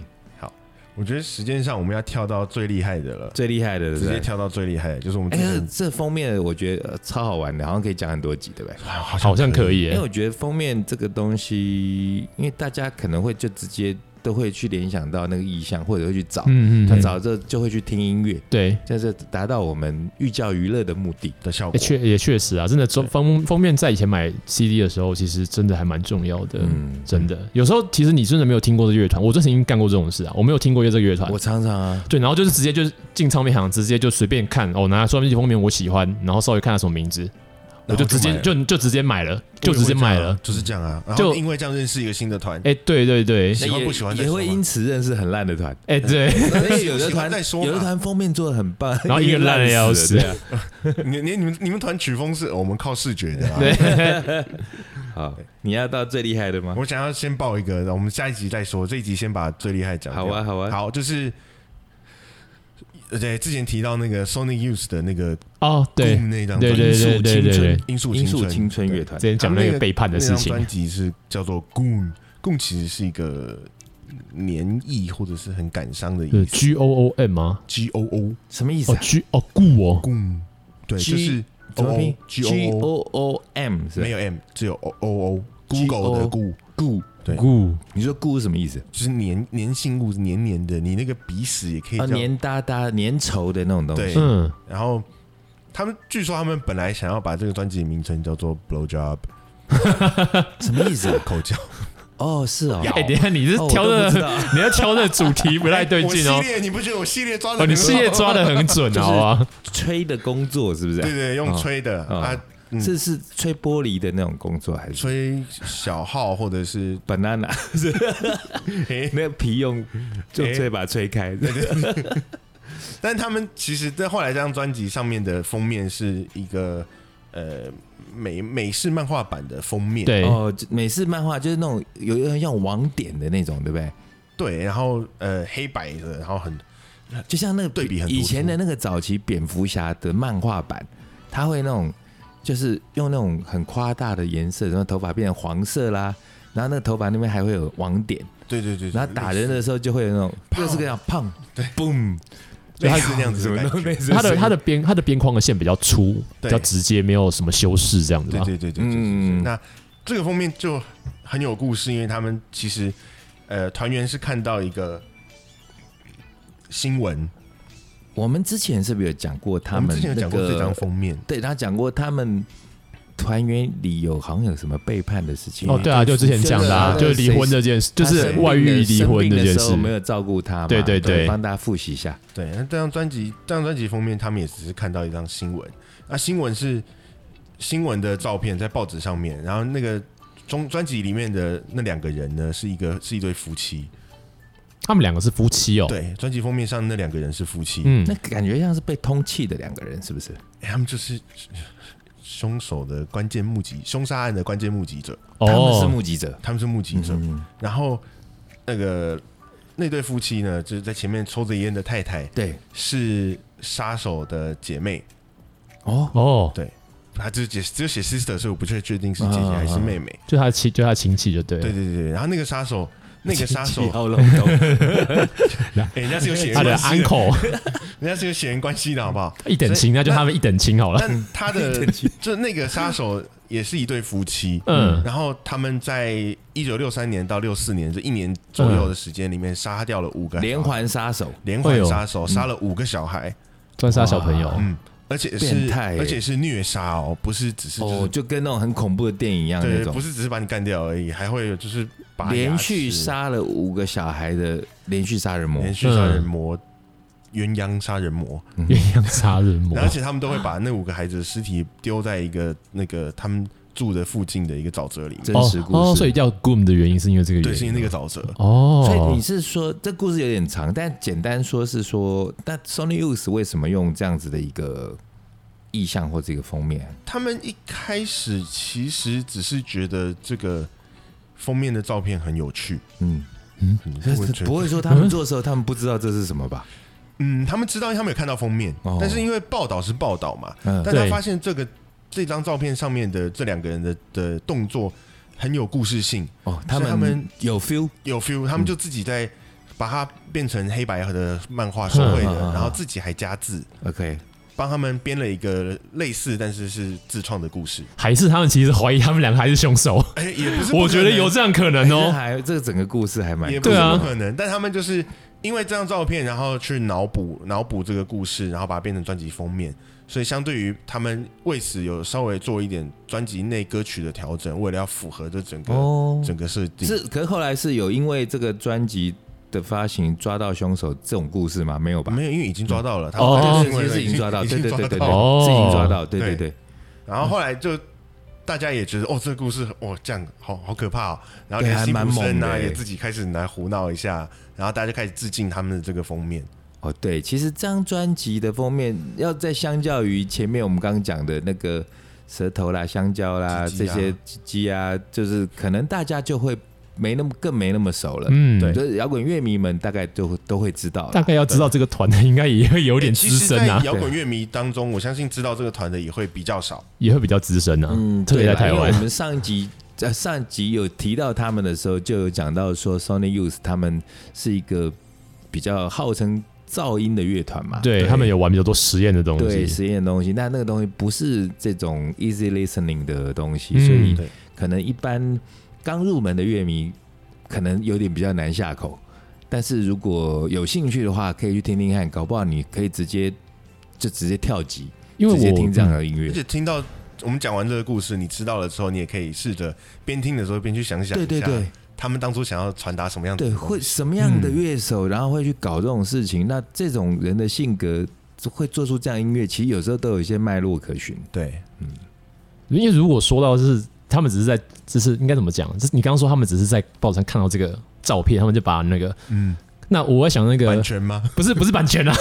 Speaker 1: 我觉得时间上我们要跳到最厉害的了，
Speaker 3: 最厉害的，对不
Speaker 1: 直接
Speaker 3: 对？
Speaker 1: 跳到最厉害的，就是我们之
Speaker 3: 哎，可是
Speaker 1: 前
Speaker 3: 这封面我觉得呃超好玩的，好像可以讲很多集，对不对？
Speaker 1: 好
Speaker 2: 好像可
Speaker 1: 以。
Speaker 2: 以
Speaker 3: 因为
Speaker 2: 耶，
Speaker 3: 我觉得封面这个东西，因为大家可能会就直接都会去联想到那个意象，或者会去找，
Speaker 2: 嗯
Speaker 3: 他找这就会去听音乐，
Speaker 2: 对，
Speaker 3: 这是达到我们寓教于乐的目的。
Speaker 1: 的效
Speaker 2: 也
Speaker 1: 果，
Speaker 2: 确也确实啊，真的封封封面在以前买 CD 的时候，其实真的还蛮重要的。
Speaker 3: 嗯，
Speaker 2: 真的，有时候其实你真的没有听过的乐团，我真曾经干过这种事啊，我没有听过这个乐团
Speaker 3: 我，常常啊，
Speaker 2: 对，然后就是直接就是进唱片行，直接就随便看，哦，拿专辑封面我喜欢，然后稍微看它什么名字，我
Speaker 1: 然后
Speaker 2: 就直
Speaker 1: 买
Speaker 2: 接
Speaker 1: 了
Speaker 2: 就就直接买了，就直接买了。
Speaker 1: 就是这样啊。然
Speaker 2: 就
Speaker 1: 后因为这样认识一个新的团，
Speaker 2: 哎，对对对，
Speaker 3: *laughs*
Speaker 1: 喜欢不喜欢
Speaker 3: 也
Speaker 1: 再
Speaker 3: 也
Speaker 1: 说嘛
Speaker 3: 会因此认识很烂的团，
Speaker 2: 哎对，
Speaker 3: 而且有的
Speaker 1: 喜欢
Speaker 3: 团
Speaker 1: 再说嘛
Speaker 3: 有的团封面做的很棒，
Speaker 2: 然后一个烂的要死
Speaker 3: 对啊
Speaker 1: 你你你们你们团曲风是我们靠视觉的啊。
Speaker 2: *laughs* 对，
Speaker 3: 好，你要到最厉害的吗？
Speaker 1: 我想要先报一个，我们下一集再说。这一集先把最厉害讲掉。
Speaker 3: 好啊，好啊，
Speaker 1: 好，就是而且之前提到那个 Sony Youth 的那个
Speaker 2: 哦对
Speaker 1: Goom 那张
Speaker 2: 对
Speaker 1: 专
Speaker 2: 对
Speaker 1: 辑，
Speaker 2: 对对对对，
Speaker 1: 音速
Speaker 3: 音速
Speaker 1: 青
Speaker 3: 青春乐
Speaker 1: 对
Speaker 3: 团
Speaker 2: 之，前讲那
Speaker 1: 啊那
Speaker 2: 个
Speaker 1: 个
Speaker 2: 背叛的事
Speaker 1: 那张
Speaker 2: 情，
Speaker 1: 专辑是叫做 Goon。Goon 其实是一个年意或者是很感伤的
Speaker 2: 对
Speaker 1: 意思。
Speaker 2: G O O M 吗？
Speaker 1: G O O
Speaker 3: 什么意思
Speaker 2: 哦
Speaker 3: 啊？
Speaker 2: G 哦顾哦
Speaker 1: Goon，对，
Speaker 3: G-
Speaker 1: 就是 O
Speaker 3: 怎么
Speaker 1: O
Speaker 3: 拼
Speaker 1: 哦 G
Speaker 3: G
Speaker 1: O O
Speaker 3: O O M 是吧
Speaker 1: 没有 M，只有 O O O Google 的
Speaker 3: G
Speaker 1: Goo，
Speaker 3: 顾，
Speaker 1: 对
Speaker 2: 顾
Speaker 3: 你说顾是什么意思？
Speaker 1: 就是黏黏性物，黏黏的，你那个鼻屎也可以
Speaker 3: 啊，
Speaker 1: 叫。
Speaker 3: 黏哒哒、粘稠的那种东
Speaker 1: 对
Speaker 3: 西。
Speaker 2: 嗯
Speaker 1: 然后他们据说他们本来想要把这个专辑名称叫做 Blow Job
Speaker 3: 什么意思 *laughs* 啊？
Speaker 1: 口交，
Speaker 3: 哦，是哦，
Speaker 2: 哎，等一下你是
Speaker 3: 哦我
Speaker 2: 挑
Speaker 3: 都不
Speaker 2: 的
Speaker 3: 知，道
Speaker 2: *laughs* 你要挑的主题不太对
Speaker 1: *laughs*
Speaker 2: 劲
Speaker 1: 我
Speaker 2: 哦
Speaker 1: 系。列你不觉得我系列抓的？
Speaker 2: 哦，你事业抓的很准，
Speaker 3: 就是
Speaker 2: 好啊。
Speaker 3: *laughs* 吹的工作是不
Speaker 1: *laughs*
Speaker 3: 是
Speaker 1: 对
Speaker 3: 啊？
Speaker 1: 对，用吹的
Speaker 3: 哦
Speaker 1: 啊，嗯
Speaker 3: 这是吹玻璃的那种工作还是
Speaker 1: 吹小号或者是 *laughs*
Speaker 3: banana？
Speaker 1: 诶
Speaker 3: 那个皮用就
Speaker 1: 哎
Speaker 3: 吹把它吹开。
Speaker 1: 但他们其实在后来这张专辑上面的封面是一个呃美美式漫画版的封面，
Speaker 2: 对，
Speaker 3: 哦，就美式漫画就是那种有点像网点的那种，对不对？
Speaker 1: 对然后呃黑白的，然后很
Speaker 3: 就像那个
Speaker 1: 对比很突出
Speaker 3: 以前的那个早期蝙蝠侠的漫画版，他会那种就是用那种很夸大的颜色，然后头发变成黄色啦，然后那个头发那边还会有网点，
Speaker 1: 对对对，
Speaker 3: 然后打人的时候就会有那种
Speaker 1: 砰
Speaker 3: 各式各样砰
Speaker 1: 对
Speaker 3: ，boom，
Speaker 1: 类似那样子
Speaker 3: 什
Speaker 1: 的
Speaker 3: 么
Speaker 1: 感
Speaker 3: 都
Speaker 1: 觉
Speaker 3: 类似
Speaker 2: 它的它的边它的边框的线比较粗，比
Speaker 1: 对
Speaker 2: 较直接，没有什么修饰这样子
Speaker 1: 对
Speaker 2: 吧？
Speaker 1: 对对对对对
Speaker 3: 嗯
Speaker 1: 那这个封面就很有故事，因为他们其实呃团员是看到一个新闻，
Speaker 3: 我们之前是不是有讲过他
Speaker 1: 我们
Speaker 3: 们
Speaker 1: 之前有
Speaker 3: 那
Speaker 1: 讲过这张
Speaker 3: 个？
Speaker 1: 封面，
Speaker 3: 对他讲过他们团员里有好像有什么背叛的事情
Speaker 2: 哦，，对啊，就之前讲的，啊，就
Speaker 3: 对
Speaker 2: 是离婚这件事，就
Speaker 3: 他
Speaker 2: 是
Speaker 3: 生病
Speaker 2: 外遇
Speaker 3: 的
Speaker 2: 离婚
Speaker 3: 生病
Speaker 2: 这
Speaker 3: 的
Speaker 2: 件
Speaker 3: 时候
Speaker 2: 事。
Speaker 3: 没有照顾他嘛，
Speaker 2: 对对对
Speaker 3: 帮大家复习一下。
Speaker 1: 对，那这张专辑，这张专辑封面他们也只是看到一张新闻，那新闻是新闻的照片在报纸上面，然后那个中专辑里面的那两个人呢，是一个是一对夫妻，
Speaker 2: 他们两个是夫妻哦。
Speaker 1: 对，专辑封面上那两个人是夫妻，哎
Speaker 2: 嗯
Speaker 3: 那，感觉像是被通气的两个人，是不是？
Speaker 1: 诶他们就是凶手的关键目击，凶杀案的关键目击者，
Speaker 3: 他们是
Speaker 2: 哦，
Speaker 3: 目击者。
Speaker 1: 他们是目击者，
Speaker 3: 嗯，
Speaker 1: 然后那个那对夫妻呢，就是在前面抽着烟的太太
Speaker 3: 对，
Speaker 1: 是杀手的姐妹，
Speaker 3: 哦，
Speaker 2: 哦，
Speaker 1: 她只写只有写 sister，所以我不确确定是姐姐还是妹妹。
Speaker 2: 就他的亲，就他的亲戚就对了
Speaker 1: 对。对对对，然后那个杀手，那个杀手，
Speaker 3: 好笼统，
Speaker 1: 诶人家是有血缘
Speaker 2: 他的
Speaker 1: 关系的，
Speaker 2: 啊
Speaker 3: *laughs*
Speaker 2: uncle
Speaker 1: 人家是有血缘关系的好
Speaker 2: *laughs*
Speaker 1: 不好？
Speaker 2: 一等亲，那就他们一等亲好了。
Speaker 1: 但他的就那个杀手也是一对夫妻，
Speaker 2: 嗯
Speaker 1: 然后他们在一九六三年到六四年这一年左右的时间里面，杀掉了五个
Speaker 3: *laughs* 连环杀手，
Speaker 1: 连
Speaker 2: 嗯哎
Speaker 1: 环
Speaker 2: 呦
Speaker 1: 杀手，杀了五个小孩，
Speaker 2: 专杀小
Speaker 3: 啊
Speaker 2: 朋友，
Speaker 1: 嗯，而且
Speaker 3: 变
Speaker 1: 是
Speaker 3: 态欸
Speaker 1: 而且是虐杀哦，不是只 *laughs* 是
Speaker 3: 哦，
Speaker 1: 就是
Speaker 3: 就跟那种很恐怖的电影一样那
Speaker 1: 对，
Speaker 3: 种
Speaker 1: 不，是只是把你干掉而已，还会有就是把
Speaker 3: 连续杀了五个小孩的连续杀人魔嗯
Speaker 1: 连，续杀人魔、鸳鸯杀人魔，
Speaker 2: 鸳鸯杀人魔
Speaker 1: 然后。而且他们都会把那五个孩子的尸体丢在一个那个他们住的附近的一个沼泽里面，
Speaker 3: 真
Speaker 2: 哦
Speaker 3: 实故
Speaker 2: 哦，所以
Speaker 3: 事。
Speaker 2: 叫 Goom 的原因是因为这个
Speaker 1: 对，
Speaker 2: 原
Speaker 1: 是
Speaker 2: 因
Speaker 1: 因为那个沼泽，
Speaker 3: 所以
Speaker 2: 哦
Speaker 3: 你，是说这故事有点长，但简单说是说，那 Sony Youth 为什么用这样子的一个意象或这个封面？
Speaker 1: 他们一开始其实只是觉得这个封面的照片很有趣，
Speaker 3: 嗯，
Speaker 1: 嗯，我觉得
Speaker 3: 不会说他们做的时候，他们不知道这是什么吧？
Speaker 1: 嗯，他们知道他们有看到封面
Speaker 3: 哦，
Speaker 1: 但是因为报道是报道嘛，
Speaker 3: 嗯
Speaker 1: 但他
Speaker 2: 对
Speaker 1: 发现这个这张照片上面的这两个人的的动作很有故事性，
Speaker 3: *laughs* 哦，他
Speaker 1: 所以他
Speaker 3: 们
Speaker 1: 们
Speaker 3: 有 feel，
Speaker 1: 有 feel，他们就自己在把它变成黑白的漫画手绘
Speaker 3: 嗯嗯嗯
Speaker 1: 的
Speaker 3: 嗯，
Speaker 1: 然后自己还加字，
Speaker 3: OK，
Speaker 1: 帮他们编了一个类似但是是自创的故事。
Speaker 2: 还是他们其实怀疑他们两个还是凶
Speaker 3: *laughs*
Speaker 2: 手？
Speaker 1: 哎，也不是不可能，
Speaker 2: 我觉得有这样可能
Speaker 3: 这
Speaker 2: 哦。
Speaker 3: 哎还这个整个故事还蛮
Speaker 1: 也不
Speaker 2: 对
Speaker 1: 是
Speaker 2: 啊
Speaker 1: 不可能，但他们就是因为这张照片，然后去脑补脑补这个故事，然后把它变成专辑封面。所以相对于他们为此有稍微做一点专辑内歌曲的调整，为了要符合这整个、
Speaker 3: 哦，
Speaker 1: 整个设定。
Speaker 3: 是，可是后来是有因为这个专辑的发行抓到凶手这种故事吗？没有吧？
Speaker 1: 没有，因为已经抓到了，他
Speaker 2: 哦
Speaker 1: 们
Speaker 3: 对对对是已经抓到，
Speaker 1: 已
Speaker 3: 对
Speaker 1: 经
Speaker 3: 对对
Speaker 1: 抓
Speaker 3: 对对，
Speaker 1: 到了
Speaker 2: 哦
Speaker 3: 是已经抓到，对对
Speaker 1: 对
Speaker 3: 对。
Speaker 1: 然后后来就大家也觉得，哦，这个故事，哦，这样好好可怕哦。然后
Speaker 3: 对
Speaker 1: 连
Speaker 3: 还
Speaker 1: 辛
Speaker 3: 蛮
Speaker 1: 普
Speaker 3: 猛
Speaker 1: 森
Speaker 3: 的
Speaker 1: 啊，
Speaker 3: 欸
Speaker 1: 也自己开始来胡闹一下，然后大家开始致敬他们的这个封面。
Speaker 3: 哦，对，其实这张专辑的封面要在相较于前面我们刚刚讲的那个舌头啦、香蕉啦
Speaker 1: 鸡
Speaker 3: 这
Speaker 1: 鸡啊
Speaker 3: 些鸡鸡啊，就是可能大家就会没那么更没那么熟了。
Speaker 2: 嗯，
Speaker 1: 对
Speaker 3: 就是摇滚乐迷们大概就会都会知道
Speaker 2: 大
Speaker 3: 了。
Speaker 2: 概要知道这个团的应该也会有点
Speaker 3: 哎
Speaker 1: 欸其
Speaker 2: 资
Speaker 1: 实，在
Speaker 2: 深啊，
Speaker 1: 摇滚乐迷当中，我相信知道这个团的也会比较少。
Speaker 2: 也会比较资深啊，特别
Speaker 3: 嗯对
Speaker 2: 在
Speaker 3: 啦
Speaker 2: 台
Speaker 3: 因为
Speaker 2: 湾
Speaker 3: 我。们上一集呃上一集有提到他们的时候，就有讲到说 Sony Youth 他们是一个比较号称噪音的乐团嘛，
Speaker 2: 对他们有玩比较多实验的东
Speaker 3: 对
Speaker 2: 西，
Speaker 3: 实验的东西，但那个东西不是这种 easy listening 的东西，
Speaker 2: 嗯
Speaker 3: 所以
Speaker 1: 对
Speaker 3: 可能一般刚入门的乐迷可能有点比较难下口。但是如果有兴趣的话，可以去听听看，搞不好你可以直接就直接跳级，
Speaker 2: 因为
Speaker 3: 直接
Speaker 2: 我
Speaker 3: 听这样
Speaker 2: 嗯
Speaker 3: 的音乐
Speaker 1: 而。且听到我们讲完这个故事，你知道了之后，你也可以试着边听的时候边去想想，
Speaker 3: 对对对，，
Speaker 1: 他们当初想要传达什么样子
Speaker 3: 对，
Speaker 1: 的东西。
Speaker 3: 会什么样的乐手，然后会去搞这种事情？那这种人的性格会做出这样音乐，其实有时候都有一些脉络可循。
Speaker 1: 对，
Speaker 2: 因为如果说到是他们只是在，就是应该怎么讲？就是你刚刚说他们只是在报纸上看到这个照片，他们就把那个，
Speaker 1: 嗯，
Speaker 2: 那我在想那
Speaker 1: 版
Speaker 2: 个
Speaker 1: 权吗？
Speaker 2: 不是不是版权
Speaker 1: *laughs*
Speaker 2: 啊，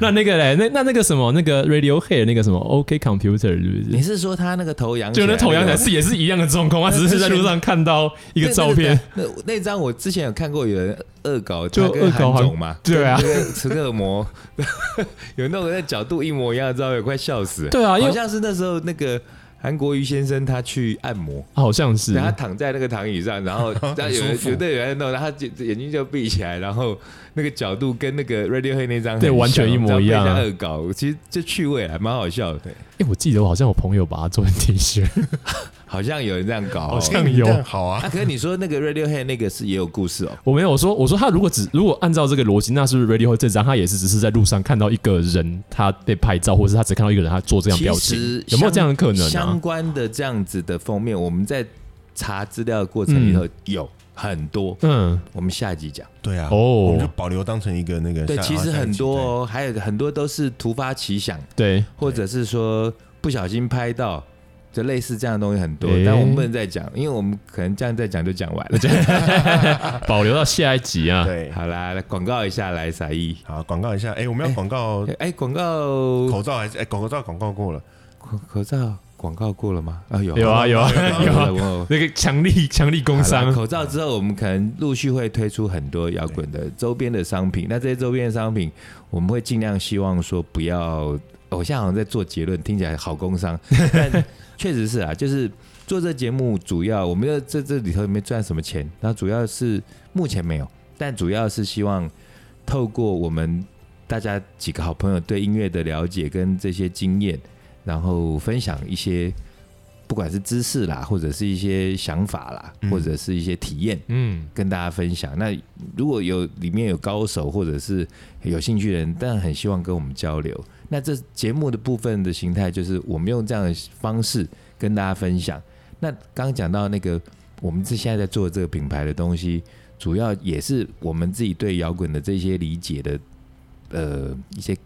Speaker 2: 那那个嘞，那那那个什么那个 Radiohead 那个什么 OK Computer 是不
Speaker 3: 你
Speaker 2: 是？
Speaker 3: 是说他那个头扬起
Speaker 2: 就
Speaker 3: 来
Speaker 2: 那
Speaker 3: 个？
Speaker 2: 头羊奶是也是一样的状况，他只是在路上看到一个照片，
Speaker 3: 那那那张我之前有看过有人恶搞，
Speaker 2: 就
Speaker 3: 他跟
Speaker 2: 恶搞韩
Speaker 3: 韩总嘛，
Speaker 2: 对啊
Speaker 3: 跟，那个陈恶魔有那种那角度一模一样的照片，快笑死了。
Speaker 2: 对啊，因
Speaker 3: 好
Speaker 2: 为
Speaker 3: 像是那时候那个韩国瑜先生他去按摩，
Speaker 2: 好像是
Speaker 3: 然后他躺在那个躺椅上，
Speaker 2: *laughs*
Speaker 3: 然后然后有人
Speaker 1: 舒服
Speaker 3: 有的人在弄，然后他就眼睛就闭起来，然后那个角度跟那个 Radiohead 那张很
Speaker 2: 对完全
Speaker 3: 像
Speaker 2: 一模一样啊
Speaker 3: 这被人家恶搞，其实这趣味啊还蛮好笑的，
Speaker 2: 哎，我记得我好像我朋友把它做成 T 恤，
Speaker 3: 好像有人这样搞、哦。
Speaker 2: 好像有。
Speaker 1: 但好啊，
Speaker 3: 啊，可是你说那个 Radiohead 那个是也有故事哦，
Speaker 2: 我没有我说，我说他如果只如果按照这个逻辑，那是不是 Radiohead 这张他也是只是在路上看到一个人他被拍照，或者是他只看到一个人他做这样表
Speaker 3: 其
Speaker 2: 情
Speaker 3: 实，
Speaker 2: 有没有这样的可能
Speaker 3: 相
Speaker 2: 啊？
Speaker 3: 关的这样子的封面，我们在查资料的过程里头有很多，
Speaker 2: 嗯，
Speaker 3: 我们下一集讲。
Speaker 1: 对啊，
Speaker 2: 哦
Speaker 1: 我们就保留当成一个那个。
Speaker 3: 对，
Speaker 1: 下
Speaker 3: 其实很多，
Speaker 1: 好
Speaker 3: 哦，还有很多都是突发奇想，
Speaker 2: 对，
Speaker 3: 或者是说不小心拍到，就类似这样的东西很多
Speaker 2: 诶。
Speaker 3: 但我们不能再讲，因为我们可能这样再讲就讲完了。
Speaker 2: 保留到下一集
Speaker 1: 下
Speaker 2: 啊
Speaker 3: 哦
Speaker 1: 一集。对，
Speaker 3: *laughs* 好啦，来广告一下，来傻一。
Speaker 1: 好，广告一下，哎，我们要广告
Speaker 3: 哎，广告
Speaker 1: 口罩还是哎口罩广告过了，
Speaker 3: 口口罩广告过了吗？啊，有
Speaker 2: 有啊有啊 *laughs* 有啊，
Speaker 3: 有有
Speaker 2: 那个强力强力工
Speaker 3: 好啦
Speaker 2: 伤，
Speaker 3: 口罩之后，我们可能陆续会推出很多摇滚的周边的商品。那这些周边的商品，我们会尽量希望说不要。哦我现在好像在做结论，听起来好工伤，但确实是啊，就是做这节目主要，我们要在这里头也没赚什么钱，那主要是目前没有，但主要是希望透过我们大家几个好朋友对音乐的了解跟这些经验，然后分享一些不管是知识啦，或者是一些想法啦，
Speaker 1: 嗯
Speaker 3: 或者是一些体验
Speaker 2: 嗯，
Speaker 3: 跟大家分享。那如果有里面有高手或者是有兴趣的人，但很希望跟我们交流。那这节目的部分的形态就是我们用这样的方式跟大家分享。那刚刚讲到那个，我们这现在在做这个品牌的东西，主要也是我们自己对摇滚的这些理解的，呃，一些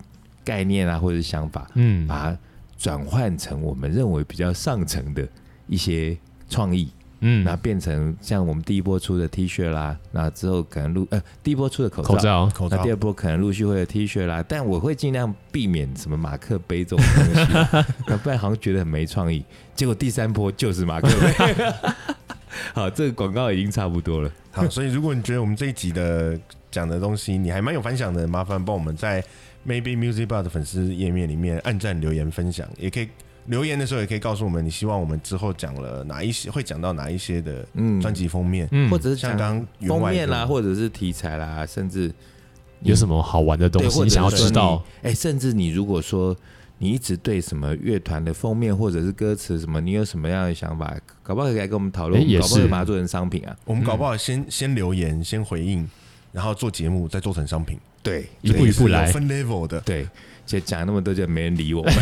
Speaker 3: 概念啊或者是想法，
Speaker 2: 嗯
Speaker 3: 把它转换成我们认为比较上层的一些创意，
Speaker 2: 嗯
Speaker 3: 那、变成像我们第一波出的 T 恤啦，那之后可能陆呃第一波出的口罩，嗯
Speaker 2: 口罩，
Speaker 1: 口
Speaker 3: 那
Speaker 1: 罩
Speaker 3: 第二波可能陆续会有 T 恤啦，但我会尽量避免什么马克杯这种东
Speaker 2: *laughs*
Speaker 3: 西啦，那不然好像觉得很没创意。结果第三波就是马克杯。
Speaker 2: *laughs*
Speaker 3: 好，这个广告已经差不多了。
Speaker 1: 好，所以如果你觉得我们这一集的讲的东西你还蛮有反响的，麻烦帮我们在 Maybe Music Bar 的粉丝页面里面按赞、留言、分享，也可以留言的时候也可以告诉我们，你希望我们之后讲了哪一些，会讲到哪一些的
Speaker 3: 嗯
Speaker 1: 专辑封面，
Speaker 2: 嗯，
Speaker 3: 或者是
Speaker 1: 像
Speaker 3: 讲
Speaker 1: 刚刚员
Speaker 3: 封
Speaker 1: 外
Speaker 3: 面啦，
Speaker 1: 的
Speaker 3: 或者是题材啦，甚至
Speaker 2: 有什么好玩的东
Speaker 3: 对，
Speaker 2: 西
Speaker 3: 或者
Speaker 2: 你想要
Speaker 3: 是说
Speaker 2: 知道？
Speaker 3: 你？哎、甚至你如果说你一直对什么乐团的封面或者是歌词什么，你有什么样的想法？搞不好可以来跟我们讨论，
Speaker 2: 哎也
Speaker 3: 搞不好可以
Speaker 2: 是
Speaker 3: 把它做成商品啊。
Speaker 1: 我们搞不好先、先留言，先回应，然后做节目，再做成商品，
Speaker 3: 对。
Speaker 2: 一步一步来
Speaker 1: 这个是有分 level 的
Speaker 3: *laughs* 对，其实讲那么多就没人理我们。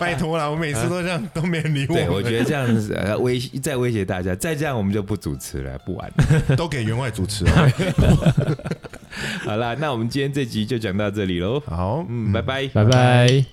Speaker 1: 拜托啦，我每次都这样，都没人理我
Speaker 3: 对，
Speaker 1: 们。
Speaker 3: 我觉得这样子呃威再威胁大家，再这样我们就不主持了，不玩了。
Speaker 1: 都给员外主持
Speaker 3: *laughs*
Speaker 1: 哦。
Speaker 3: 好啦，那我们今天这集就讲到这里喽。
Speaker 1: 好，
Speaker 3: 嗯，拜拜，
Speaker 2: 拜拜。